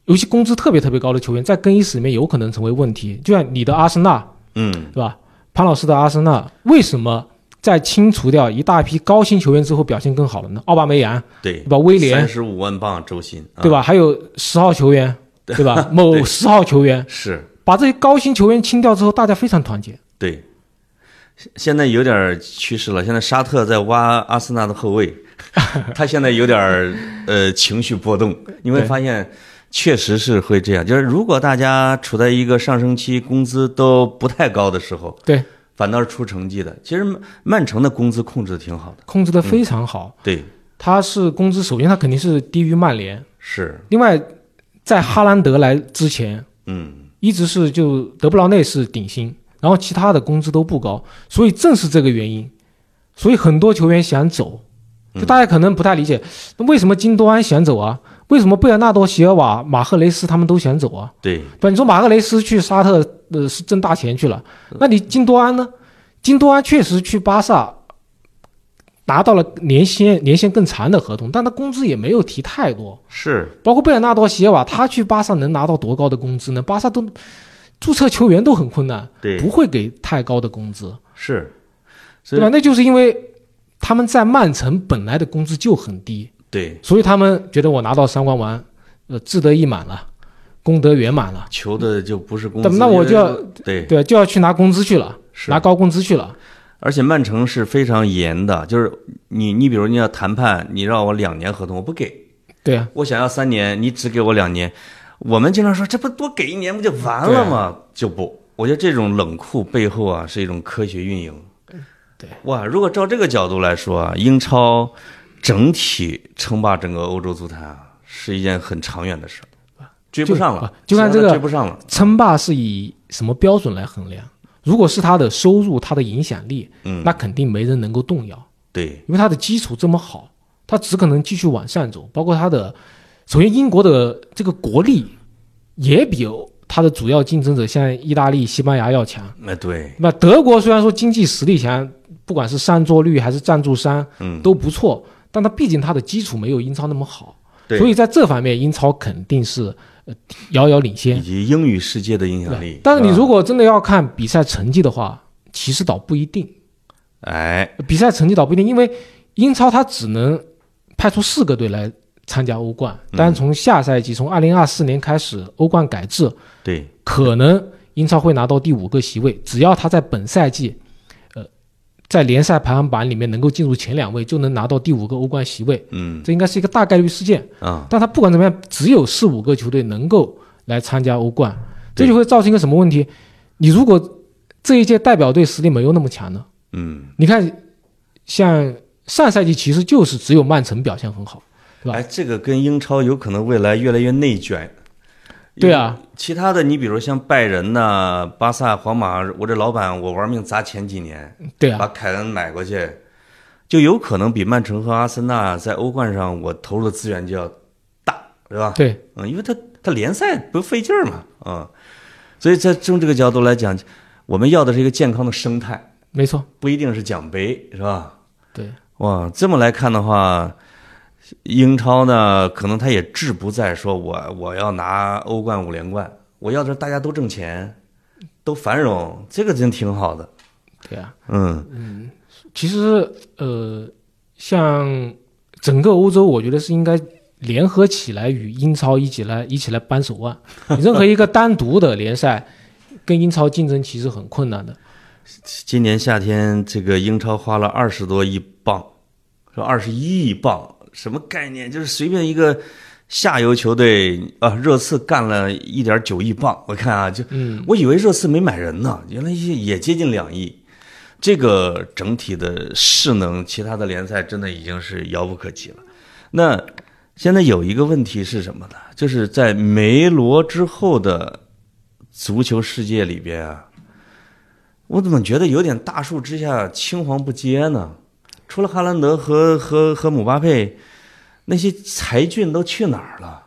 Speaker 2: 尤其工资特别特别高的球员，在更衣室里面有可能成为问题。就像你的阿森纳，
Speaker 1: 嗯，
Speaker 2: 对吧？潘老师的阿森纳为什么在清除掉一大批高薪球员之后表现更好了呢？奥巴梅扬。
Speaker 1: 对
Speaker 2: 对，吧？威廉
Speaker 1: 三十五万镑周薪，啊
Speaker 2: 对？吧？还有十号球员，对 吧？某十号球员
Speaker 1: 是，
Speaker 2: 把这些高薪球员清掉之后，大家非常团结。
Speaker 1: 对，现现在有点趋势了。现在沙特在挖阿森纳的后 卫，他现在有点儿呃情绪波动。你会
Speaker 2: 对
Speaker 1: 发现，确实是会这样。就是如果大家处在一个上升期，工资都不太高的时候，
Speaker 2: 对，
Speaker 1: 反倒是出成绩的。其实曼曼城的工资控制的挺好的，
Speaker 2: 控制的非常好。
Speaker 1: 对，
Speaker 2: 他是工资，首先他肯定是低于曼联，
Speaker 1: 是，
Speaker 2: 另外在哈兰德来之前，
Speaker 1: 嗯，
Speaker 2: 一直是就德布劳内是顶薪，然后其他的工资都不高，所以正是这个原因，所以很多球员想走，就大家可能不太理解，那为什么金多安想走啊？为什么贝尔纳多、席尔瓦、马赫雷斯他们都想走啊？
Speaker 1: 对，
Speaker 2: 不，你说马格雷斯去沙特，呃，是挣大钱去了，那你金多安呢？金多安确实去巴萨拿到了年限年限更长的合同，但他工资也没有提太多。
Speaker 1: 是，
Speaker 2: 包括贝尔纳多·席尔瓦，他去巴萨能拿到多高的工资呢？巴萨都注册球员都很困难，
Speaker 1: 对
Speaker 2: 不，会给太高的工资，
Speaker 1: 是，所
Speaker 2: 对
Speaker 1: 以
Speaker 2: 吧？那就是因为他们在曼城本来的工资就很低，
Speaker 1: 对
Speaker 2: 所以他们觉得我拿到三冠王，呃，志得意满了，功德圆满了，
Speaker 1: 求的就不是工资
Speaker 2: 怎，么那我就要
Speaker 1: 对
Speaker 2: 对，就要去拿工资去了，
Speaker 1: 是
Speaker 2: 拿高工资去了。
Speaker 1: 而且曼城是非常严的，就是你你比如你要谈判，你让我两年合同，我不给，
Speaker 2: 对啊，
Speaker 1: 我想要三年，你只给我两年。我们经常说这不多给一年不就完了吗？就不，我觉得这种冷酷背后啊是一种科学运营。
Speaker 2: 嗯对，
Speaker 1: 哇，如果照这个角度来说啊，英超整体称霸整个欧洲足坛啊，是一件很长远的事儿，追不上了，
Speaker 2: 就就看这个
Speaker 1: 追不上了。
Speaker 2: 称霸是以什么标准来衡量？如果是他的收入、他的影响力，
Speaker 1: 嗯，
Speaker 2: 那肯定没人能够动摇，
Speaker 1: 对，
Speaker 2: 因为他的基础这么好，他只可能继续往上走。包括他的，首先英国的这个国力也比他的主要竞争者像意大利、西班牙要强。
Speaker 1: 那哎对，
Speaker 2: 那德国虽然说经济实力强，不管是上座率还是赞助商
Speaker 1: 嗯，
Speaker 2: 都不错，但他毕竟他的基础没有英超那么好，
Speaker 1: 对
Speaker 2: 所以在这方面英超肯定是呃遥遥领先
Speaker 1: 以。及英语世界的影响
Speaker 2: 对
Speaker 1: 力。
Speaker 2: 但是你
Speaker 1: 吧
Speaker 2: 如果真的要看比赛成绩的话，骑士岛不一定，
Speaker 1: 哎，
Speaker 2: 比赛成绩岛不一定，因为英超它只能派出四个队来参加欧冠，
Speaker 1: 嗯
Speaker 2: 但是从下赛季，从二零二四年开始，欧冠改制，
Speaker 1: 对，
Speaker 2: 可能英超会拿到第五个席位，只要他在本赛季，呃，在联赛排行榜里面能够进入前两位，就能拿到第五个欧冠席位，
Speaker 1: 嗯
Speaker 2: 这应该是一个大概率事件。
Speaker 1: 啊，
Speaker 2: 但他不管怎么样，只有四五个球队能够来参加欧冠，
Speaker 1: 对
Speaker 2: 这就会造成一个什么问题？你如果这一届代表队实力没有那么强呢？
Speaker 1: 嗯，
Speaker 2: 你看，像上赛季其实就是只有曼城表现很好，对吧
Speaker 1: 哎，这个跟英超有可能未来越来越内卷。
Speaker 2: 对啊，
Speaker 1: 其他的你比如像拜仁呐、巴萨、皇马，我这老板我玩命砸前几年，
Speaker 2: 对啊，
Speaker 1: 把凯恩买过去，就有可能比曼城和阿森纳在欧冠上我投入的资源就要大，对吧？
Speaker 2: 对，
Speaker 1: 嗯，因为他他联赛不费劲儿嘛，嗯，所以在从这个角度来讲，我们要的是一个健康的生态，
Speaker 2: 没错，
Speaker 1: 不一定是奖杯，是吧？
Speaker 2: 对，
Speaker 1: 哇，这么来看的话，英超呢，可能他也志不在说我我要拿欧冠五连冠，我要的是大家都挣钱，都繁荣，这个真挺好的。
Speaker 2: 对啊。
Speaker 1: 嗯
Speaker 2: 其实，呃，像整个欧洲，我觉得是应该联合起来与英超一起来一起来扳手腕。你任何一个单独的联赛跟英超竞争其实很困难的。
Speaker 1: 今年夏天，这个英超花了二十多亿镑，说二十一亿镑，什么概念？就是随便一个下游球队啊，热刺干了一点九亿镑，我看啊，就
Speaker 2: 嗯，
Speaker 1: 我以为热刺没买人呢，原来也也接近两亿。这个整体的势能，其他的联赛真的已经是遥不可及了。那现在有一个问题是什么呢？就是在梅罗之后的足球世界里边啊，我怎么觉得有点大树之下青黄不接呢？除了哈兰德和和和姆巴佩，那些才俊都去哪儿了？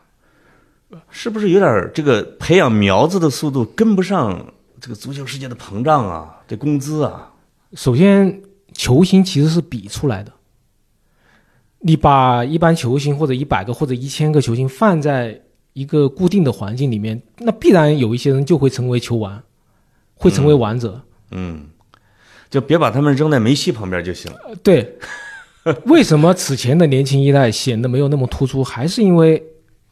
Speaker 1: 是不是有点儿这个培养苗子的速度跟不上这个足球世界的膨胀啊？这工资啊，
Speaker 2: 首先，球星其实是比出来的。你把一般球星或者一百个或者一千个球星放在一个固定的环境里面，那必然有一些人就会成为球王，会成为王者。
Speaker 1: 嗯，就别把他们扔在梅西旁边就行。
Speaker 2: 呃对，为什么此前的年轻一代显得没有那么突出？还是因为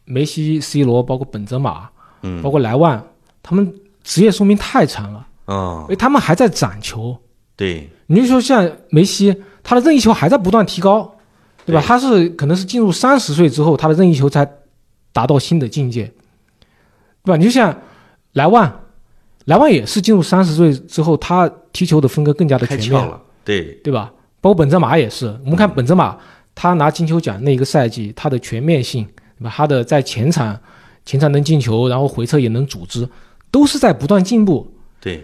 Speaker 2: 梅西、C 罗，包括本泽马，
Speaker 1: 嗯，
Speaker 2: 包括莱万，他们职业寿命太长了，
Speaker 1: 啊、
Speaker 2: 因为他们还在攒球。
Speaker 1: 对，
Speaker 2: 你就说像梅西，他的任意球还在不断提高，对吧？
Speaker 1: 对
Speaker 2: 他是可能是进入三十岁之后，他的任意球才达到新的境界，对吧？你就像莱万，莱万也是进入三十岁之后，他踢球的风格更加的
Speaker 1: 开
Speaker 2: 全
Speaker 1: 窍
Speaker 2: 面，
Speaker 1: 了。对，
Speaker 2: 对吧？包括本泽马也是，我们看本泽马，他拿金球奖那一个赛季，他的全面性，对吧？他的在前场前场能进球，然后回撤也能组织，都是在不断进步。
Speaker 1: 对，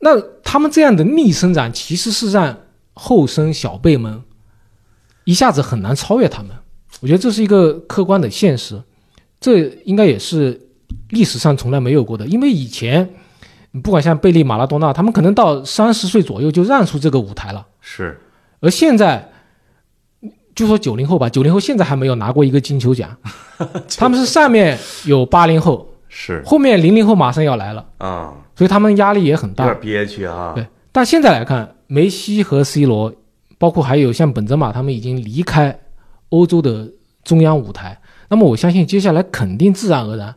Speaker 2: 那他们这样的逆生长，其实是让后生小辈们一下子很难超越他们。我觉得这是一个客观的现实，这应该也是历史上从来没有过的。因为以前，不管像贝利、马拉多纳，他们可能到三十岁左右就让出这个舞台了。
Speaker 1: 是，
Speaker 2: 而现在，就说九零后吧，九零后现在还没有拿过一个金球奖，他们是上面有八零后，
Speaker 1: 是
Speaker 2: 后面零零后马上要来了，
Speaker 1: 啊，
Speaker 2: 所以他们压力也很
Speaker 1: 有
Speaker 2: 大。
Speaker 1: 点憋屈啊。
Speaker 2: 对，但现在来看，梅西和 C 罗，包括还有像本泽马，他们已经离开欧洲的中央舞台。那么我相信，接下来肯定自然而然，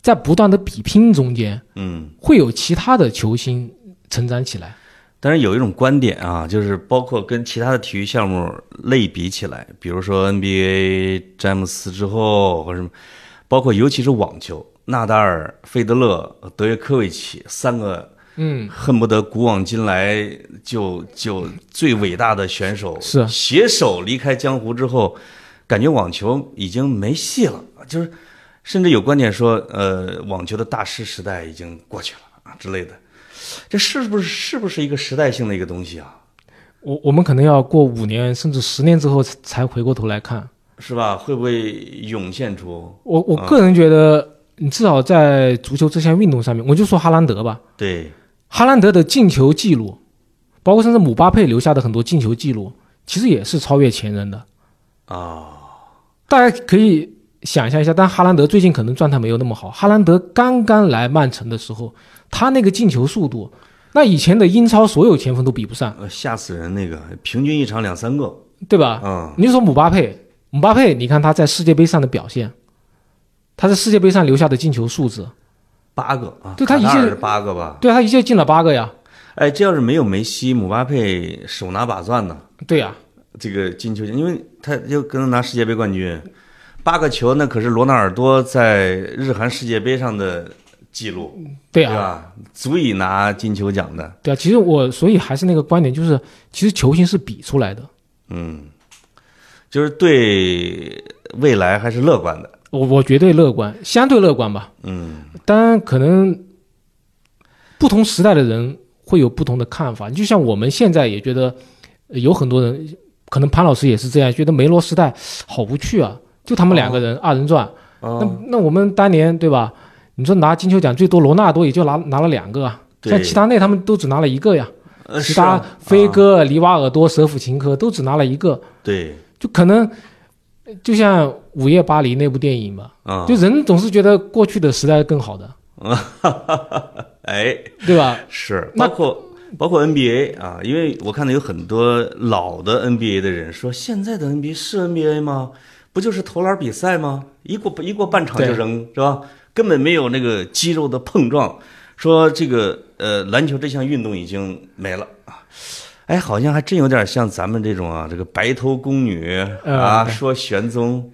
Speaker 2: 在不断的比拼中间，
Speaker 1: 嗯，
Speaker 2: 会有其他的球星成长起来。
Speaker 1: 但是有一种观点啊，就是包括跟其他的体育项目类比起来，比如说 NBA 詹姆斯之后或者什么，包括尤其是网球，纳达尔、费德勒、德约科维奇三个
Speaker 2: 嗯，
Speaker 1: 恨不得古往今来就就最伟大的选手
Speaker 2: 是
Speaker 1: 携手离开江湖之后，感觉网球已经没戏了，就是甚至有观点说，呃，网球的大师时代已经过去了啊之类的，这是不是是不是一个时代性的一个东西啊？
Speaker 2: 我我们可能要过五年甚至十年之后才才回过头来看。
Speaker 1: 是吧？会不会涌现出
Speaker 2: 我我个人觉得，你至少在足球这项运动上面，我就说哈兰德吧，
Speaker 1: 对
Speaker 2: 哈兰德的进球记录，包括甚至姆巴佩留下的很多进球记录，其实也是超越前人的。
Speaker 1: 啊？
Speaker 2: 大家可以想象一下，但哈兰德最近可能状态没有那么好。哈兰德刚刚来曼城的时候，他那个进球速度，那以前的英超所有前锋都比不上，
Speaker 1: 呃吓死人！那个平均一场两三个，
Speaker 2: 对吧？
Speaker 1: 嗯，
Speaker 2: 你就说姆巴佩，姆巴佩，你看他在世界杯上的表现，他在世界杯上留下的进球数字，
Speaker 1: 八个啊，
Speaker 2: 对他一
Speaker 1: 卡塔尔
Speaker 2: 届
Speaker 1: 是八个吧？
Speaker 2: 对啊他一届进了八个呀，
Speaker 1: 哎，这要是没有梅西，姆巴佩手拿把钻呢，
Speaker 2: 对呀、
Speaker 1: 这个金球奖，因为他就跟他拿世界杯冠军，八个球那可是罗纳尔多在日韩世界杯上的记录，
Speaker 2: 对啊呀、
Speaker 1: 对啊吧？足以拿金球奖的，
Speaker 2: 对啊，其实我所以还是那个观点，就是其实球星是比出来的。
Speaker 1: 嗯就是对未来还是乐观的。
Speaker 2: 我我绝对乐观，相对乐观吧。
Speaker 1: 嗯，
Speaker 2: 当然，可能不同时代的人会有不同的看法。就像我们现在也觉得，呃有很多人，可能潘老师也是这样，觉得梅罗时代好无趣啊，就他们两个人、二人转。
Speaker 1: 哦，
Speaker 2: 那那我们当年对吧？你说拿金球奖最多，罗纳尔多也就拿拿了两个啊，
Speaker 1: 对
Speaker 2: 像齐达内他们都只拿了一个呀，
Speaker 1: 呃
Speaker 2: 其
Speaker 1: 是
Speaker 2: 他
Speaker 1: 啊
Speaker 2: 飞
Speaker 1: 啊
Speaker 2: 哥、里瓦尔多、舍甫琴科都只拿了一个，
Speaker 1: 对
Speaker 2: 就可能呃就像《午夜巴黎》那部电影吧，
Speaker 1: 啊，
Speaker 2: 就人总是觉得过去的时代更好 的，
Speaker 1: 哎，
Speaker 2: 对吧？
Speaker 1: 是，
Speaker 2: 那
Speaker 1: 包括包括 NBA 啊，因为我看到有很多老的 NBA 的人说，现在的 NBA 是 NBA 吗？不就是投篮比赛吗？一过一过半场就
Speaker 2: 对
Speaker 1: 扔，是吧？根本没有那个肌肉的碰撞。说这个呃，篮球这项运动已经没了啊。哎，好像还真有点像咱们这种啊，这个白头宫女
Speaker 2: 嗯
Speaker 1: 啊，
Speaker 2: 对
Speaker 1: 说玄宗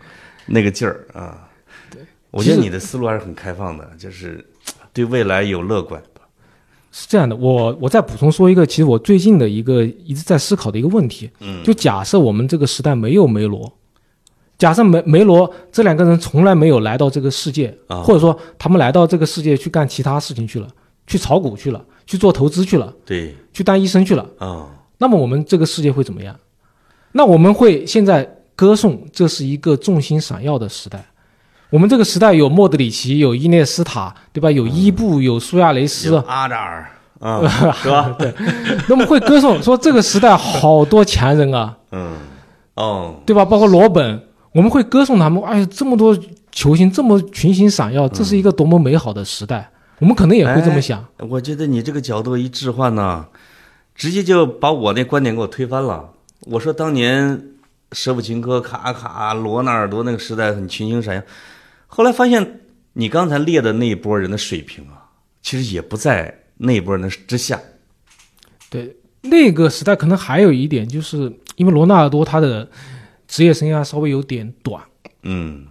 Speaker 1: 那个劲儿啊。对，我觉得你的思路还是很开放的，就是对未来有乐观。
Speaker 2: 是这样的，我我再补充说一个，其实我最近的一个一直在思考的一个问题，
Speaker 1: 嗯，
Speaker 2: 就假设我们这个时代没有梅罗，假设梅梅罗这两个人从来没有来到这个世界，
Speaker 1: 啊
Speaker 2: 或者说他们来到这个世界去干其他事情去了，去炒股去了，去做投资去了，
Speaker 1: 对。
Speaker 2: 去当医生去了，
Speaker 1: 啊，
Speaker 2: 那么我们这个世界会怎么样？那我们会现在歌颂这是一个众星闪耀的时代。我们这个时代有莫德里奇，有伊涅斯塔，对吧？有伊布，有苏亚雷斯
Speaker 1: 有，阿扎尔 啊，是吧？对，
Speaker 2: 那么会歌颂说这个时代好多强人啊，
Speaker 1: 嗯，哦，
Speaker 2: 对吧？包括罗本，我们会歌颂他们。哎呀，这么多球星，这么群星闪耀，这是一个多么美好的时代。我们可能也会这么想。
Speaker 1: 我觉得你这个角度一置换呢，直接就把我那观点给我推翻了。我说当年舍甫琴科、卡卡、罗纳尔多那个时代很群星闪耀，后来发现你刚才列的那一波人的水平啊，其实也不在那一波人的之下。
Speaker 2: 对，那个时代可能还有一点，就是因为罗纳尔多他的职业生涯稍微有点短。
Speaker 1: 嗯，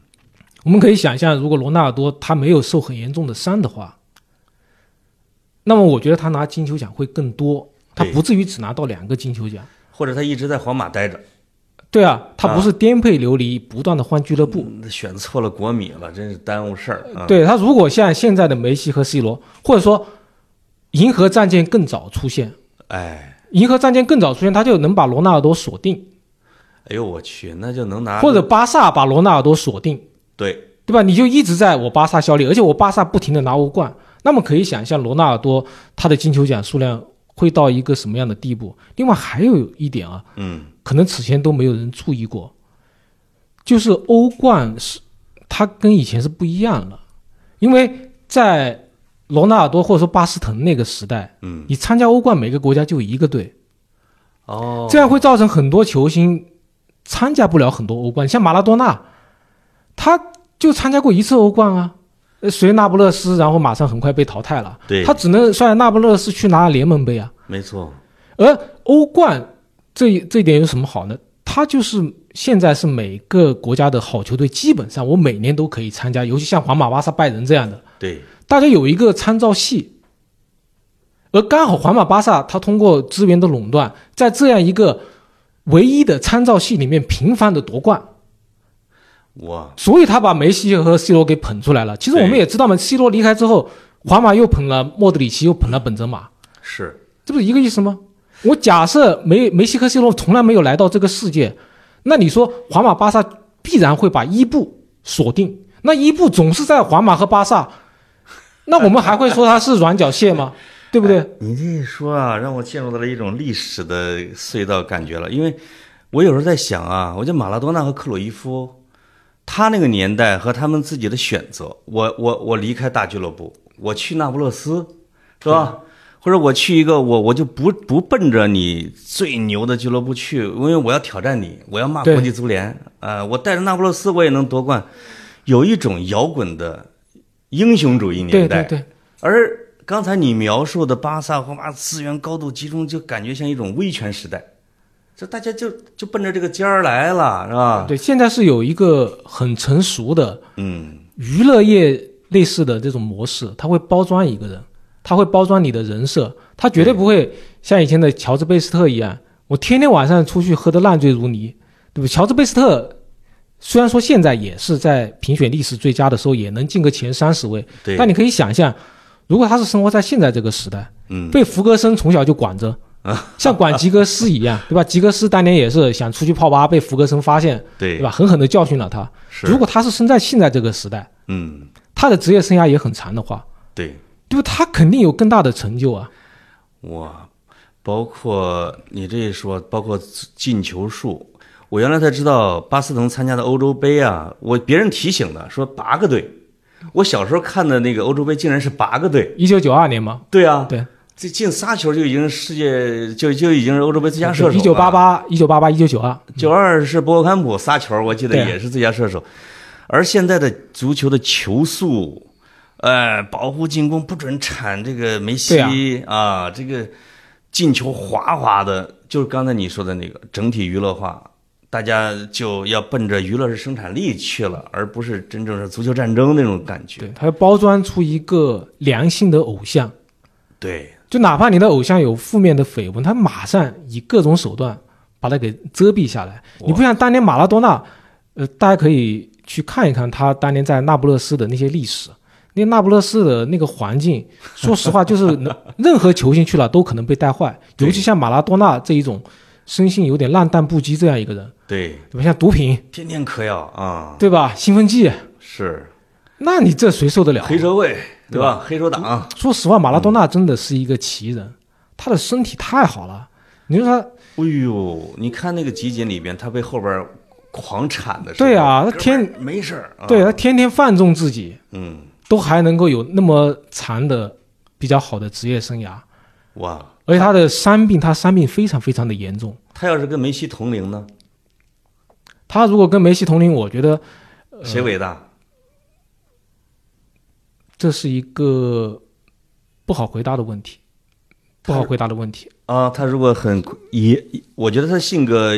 Speaker 2: 我们可以想象，如果罗纳尔多他没有受很严重的伤的话，那么我觉得他拿金球奖会更多，他
Speaker 1: 对
Speaker 2: 不至于只拿到两个金球奖。
Speaker 1: 或者他一直在皇马待着，
Speaker 2: 对啊，他
Speaker 1: 啊
Speaker 2: 不是颠沛流离，不断的换俱乐部。
Speaker 1: 选错了国米了，真是耽误事儿啊。
Speaker 2: 对他如果像现在的梅西和 C 罗，或者说银河战舰更早出现，
Speaker 1: 哎，
Speaker 2: 银河战舰更早出现，他就能把罗纳尔多锁定，
Speaker 1: 哎呦我去，那就能拿
Speaker 2: 或者巴萨把罗纳尔多锁定，
Speaker 1: 对。
Speaker 2: 对吧？你就一直在我巴萨效力，而且我巴萨不停的拿欧冠，那么可以想象罗纳尔多他的金球奖数量会到一个什么样的地步。另外还有一点啊，
Speaker 1: 嗯，
Speaker 2: 可能此前都没有人注意过，就是欧冠是它跟以前是不一样了，因为在罗纳尔多或者说巴斯滕那个时代，
Speaker 1: 嗯，
Speaker 2: 你参加欧冠每个国家就一个队，
Speaker 1: 哦，
Speaker 2: 这样会造成很多球星参加不了很多欧冠，像马拉多纳，他就参加过一次欧冠啊。呃随那不勒斯，然后马上很快被淘汰了。
Speaker 1: 对
Speaker 2: 他只能率那不勒斯去拿联盟杯啊。
Speaker 1: 没错，
Speaker 2: 而欧冠这一这一点有什么好呢？它就是现在是每个国家的好球队，基本上我每年都可以参加，尤其像皇马、巴萨、拜仁这样的，
Speaker 1: 对，
Speaker 2: 大家有一个参照系。而刚好皇马、巴萨，它通过资源的垄断，在这样一个唯一的参照系里面频繁的夺冠，
Speaker 1: 哇，
Speaker 2: 所以他把梅西和 C 罗给捧出来了。其实我们也知道嘛，C 罗离开之后，皇马又捧了莫德里奇，又捧了本泽马，
Speaker 1: 是，
Speaker 2: 这不是一个意思吗？我假设梅梅西和 C 罗从来没有来到这个世界，那你说皇马、巴萨必然会把伊布锁定，那伊布总是在皇马和巴萨，那我们还会说他是软脚蟹吗？对不对？
Speaker 1: 你这一说啊，让我进入到了一种历史的隧道感觉了。因为我有时候在想啊，我觉得马拉多纳和克鲁伊夫，他那个年代和他们自己的选择，我我我离开大俱乐部，我去那不勒斯，是吧？或者我去一个我我就不不奔着你最牛的俱乐部去，因为我要挑战你，我要骂
Speaker 2: 对
Speaker 1: 国际足联，呃，我带着那不勒斯我也能夺冠，有一种摇滚的英雄主义
Speaker 2: 对
Speaker 1: 年代
Speaker 2: 对，对，
Speaker 1: 而刚才你描述的巴萨和把资源高度集中，就感觉像一种威权时代，就大家就就奔着这个尖儿来了，是吧？
Speaker 2: 对，现在是有一个很成熟的
Speaker 1: 嗯，
Speaker 2: 娱乐业类似的这种模式，它会包装一个人，它会包装你的人设，它绝对不会像以前的乔治贝斯特一样，我天天晚上出去喝得烂醉如泥，对不对？乔治贝斯特虽然说现在也是在评选历史最佳的时候也能进个前三十位，
Speaker 1: 对，
Speaker 2: 但你可以想象，如果他是生活在现在这个时代，
Speaker 1: 嗯，
Speaker 2: 被福格森从小就 管着。像管吉格斯一样，对吧？吉格斯当年也是想出去泡吧，被福格森发现，
Speaker 1: 对
Speaker 2: 对吧？狠狠地教训了他。
Speaker 1: 是，
Speaker 2: 如果他是生在现在这个时代，
Speaker 1: 嗯，
Speaker 2: 他的职业生涯也很长的话，
Speaker 1: 对，
Speaker 2: 对吧？他肯定有更大的成就啊。
Speaker 1: 哇，包括你这一说，包括进球数，我原来才知道巴斯滕参加的欧洲杯啊，我别人提醒的，说八个队，我小时候看的那个欧洲杯竟然是八个队，
Speaker 2: 一九九二年嘛，
Speaker 1: 对啊，
Speaker 2: 对，
Speaker 1: 这进仨球就已经是世界就就已经是欧洲杯最佳射手了，啊
Speaker 2: 一九八八、一九八八、一九九二，
Speaker 1: 九二是博格坎普仨球，我记得
Speaker 2: 对啊
Speaker 1: 也是最佳射手。而现在的足球的球速，呃，保护进攻不准铲这个梅西啊这个进球哗哗的，就是刚才你说的那个整体娱乐化，大家就要奔着娱乐是生产力去了，而不是真正是足球战争那种感觉。
Speaker 2: 对，他要包装出一个良性的偶像，
Speaker 1: 对
Speaker 2: 就哪怕你的偶像有负面的绯闻，他马上以各种手段把它给遮蔽下来。
Speaker 1: 哇
Speaker 2: 你不像当年马拉多纳，呃，大家可以去看一看他当年在那不勒斯的那些历史。那那不勒斯的那个环境，说实话，就是能任何球星去了都可能被带坏，
Speaker 1: 对
Speaker 2: 尤其像马拉多纳这一种生性有点浪荡不羁这样一个人，
Speaker 1: 对，
Speaker 2: 对吧？像毒品，
Speaker 1: 天天嗑药啊，
Speaker 2: 对吧？兴奋剂，
Speaker 1: 是
Speaker 2: 那你这谁受得了？
Speaker 1: 黑社会对吧？黑手党，
Speaker 2: 说实话，马拉多纳真的是一个奇人，他的身体太好了。你说他
Speaker 1: 哎呦，你看那个集锦里边，他被后边狂铲的时候，
Speaker 2: 对
Speaker 1: 哥
Speaker 2: 啊
Speaker 1: 们
Speaker 2: 他
Speaker 1: 儿
Speaker 2: 天
Speaker 1: 没事儿、啊，
Speaker 2: 对他天天放纵自己，
Speaker 1: 嗯，
Speaker 2: 都还能够有那么长的、比较好的职业生涯，
Speaker 1: 哇，
Speaker 2: 而且他的伤病，他伤病非常非常的严重。
Speaker 1: 他要是跟梅西同龄呢，
Speaker 2: 他如果跟梅西同龄，我觉得
Speaker 1: 谁伟大？
Speaker 2: 这是一个不好回答的问题，不好回答的问题。
Speaker 1: 啊，他如果很也，我觉得他性格，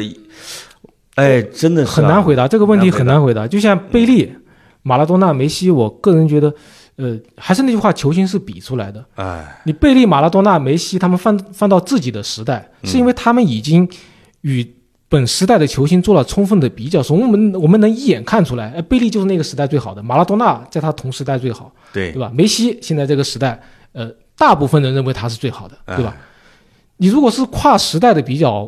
Speaker 1: 哎，真的是啊、
Speaker 2: 很难回答这个问题，很
Speaker 1: 很难
Speaker 2: 难回答。就像贝利、马拉多纳、梅西，我个人觉得，呃，还是那句话，球星是比出来的。
Speaker 1: 哎，
Speaker 2: 你贝利、马拉多纳、梅西他们放放到自己的时代，
Speaker 1: 嗯
Speaker 2: 是因为他们已经与本时代的球星做了充分的比较，所以我们我们能一眼看出来，哎，贝利就是那个时代最好的，马拉多纳在他同时代最好，
Speaker 1: 对
Speaker 2: 对吧？梅西现在这个时代，呃，大部分人认为他是最好的，对吧
Speaker 1: 哎？
Speaker 2: 你如果是跨时代的比较，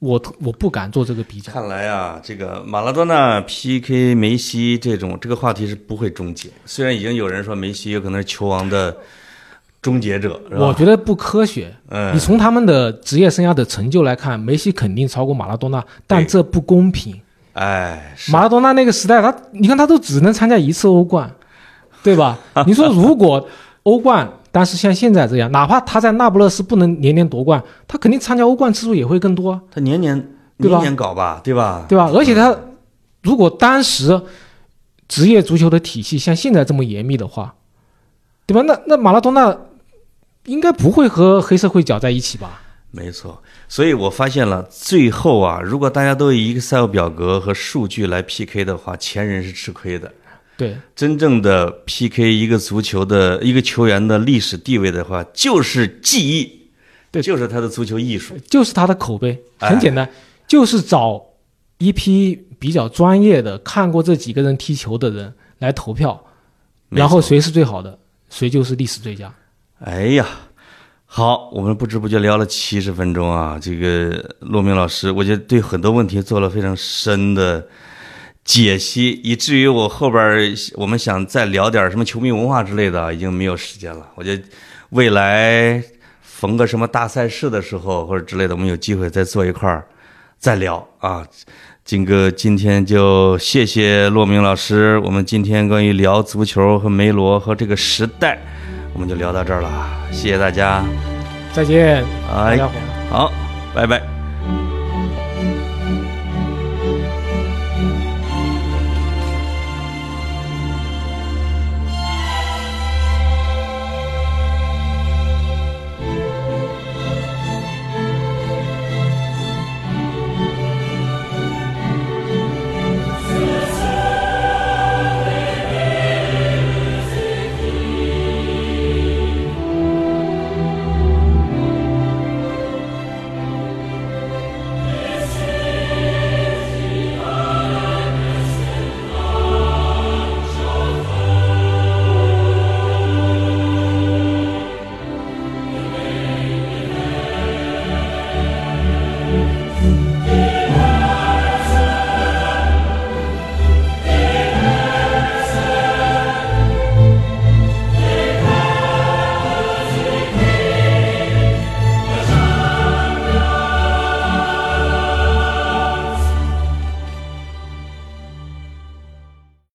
Speaker 2: 我我不敢做这个比较。
Speaker 1: 看来啊，这个马拉多纳 PK 梅西这种这个话题是不会终结。虽然已经有人说梅西有可能是球王的终结者，是吧？
Speaker 2: 我觉得不科学。
Speaker 1: 嗯
Speaker 2: 你从他们的职业生涯的成就来看，梅西肯定超过马拉多纳，但
Speaker 1: 对
Speaker 2: 这不公平。
Speaker 1: 哎，是
Speaker 2: 马拉多纳那个时代，他你看他都只能参加一次欧冠，对吧？你说如果欧冠，但是像现在这样，哪怕他在那不勒斯不能年年夺冠，他肯定参加欧冠次数也会更多啊，
Speaker 1: 他年年
Speaker 2: 对吧
Speaker 1: 年年搞吧，对吧？
Speaker 2: 对吧？而且他如果当时职业足球的体系像现在这么严密的话，对吧？那那马拉多纳应该不会和黑社会搅在一起吧？
Speaker 1: 没错，所以我发现了，最后啊，如果大家都以 Excel 表格和数据来 PK 的话，前人是吃亏的。
Speaker 2: 对。
Speaker 1: 真正的 PK 一个足球的一个球员的历史地位的话，就是技艺，
Speaker 2: 对
Speaker 1: 就是他的足球艺术。
Speaker 2: 就是他的口碑，
Speaker 1: 哎
Speaker 2: 很简单，就是找一批比较专业的看过这几个人踢球的人来投票，
Speaker 1: 没错
Speaker 2: 然后谁是最好的，谁就是历史最佳。
Speaker 1: 哎呀，好，我们不知不觉聊了七十分钟啊！这个骆明老师，我觉得对很多问题做了非常深的解析，以至于我后边儿我们想再聊点什么球迷文化之类的啊，已经没有时间了。我觉得未来逢个什么大赛事的时候或者之类的，我们有机会再坐一块儿再聊啊。金哥，今天就谢谢骆明老师。我们今天关于聊啊足球和梅罗和这个时代，我们就聊到这儿了，谢谢大家，
Speaker 2: 再见，大
Speaker 1: 哎
Speaker 2: 家伙。
Speaker 1: 好，拜拜。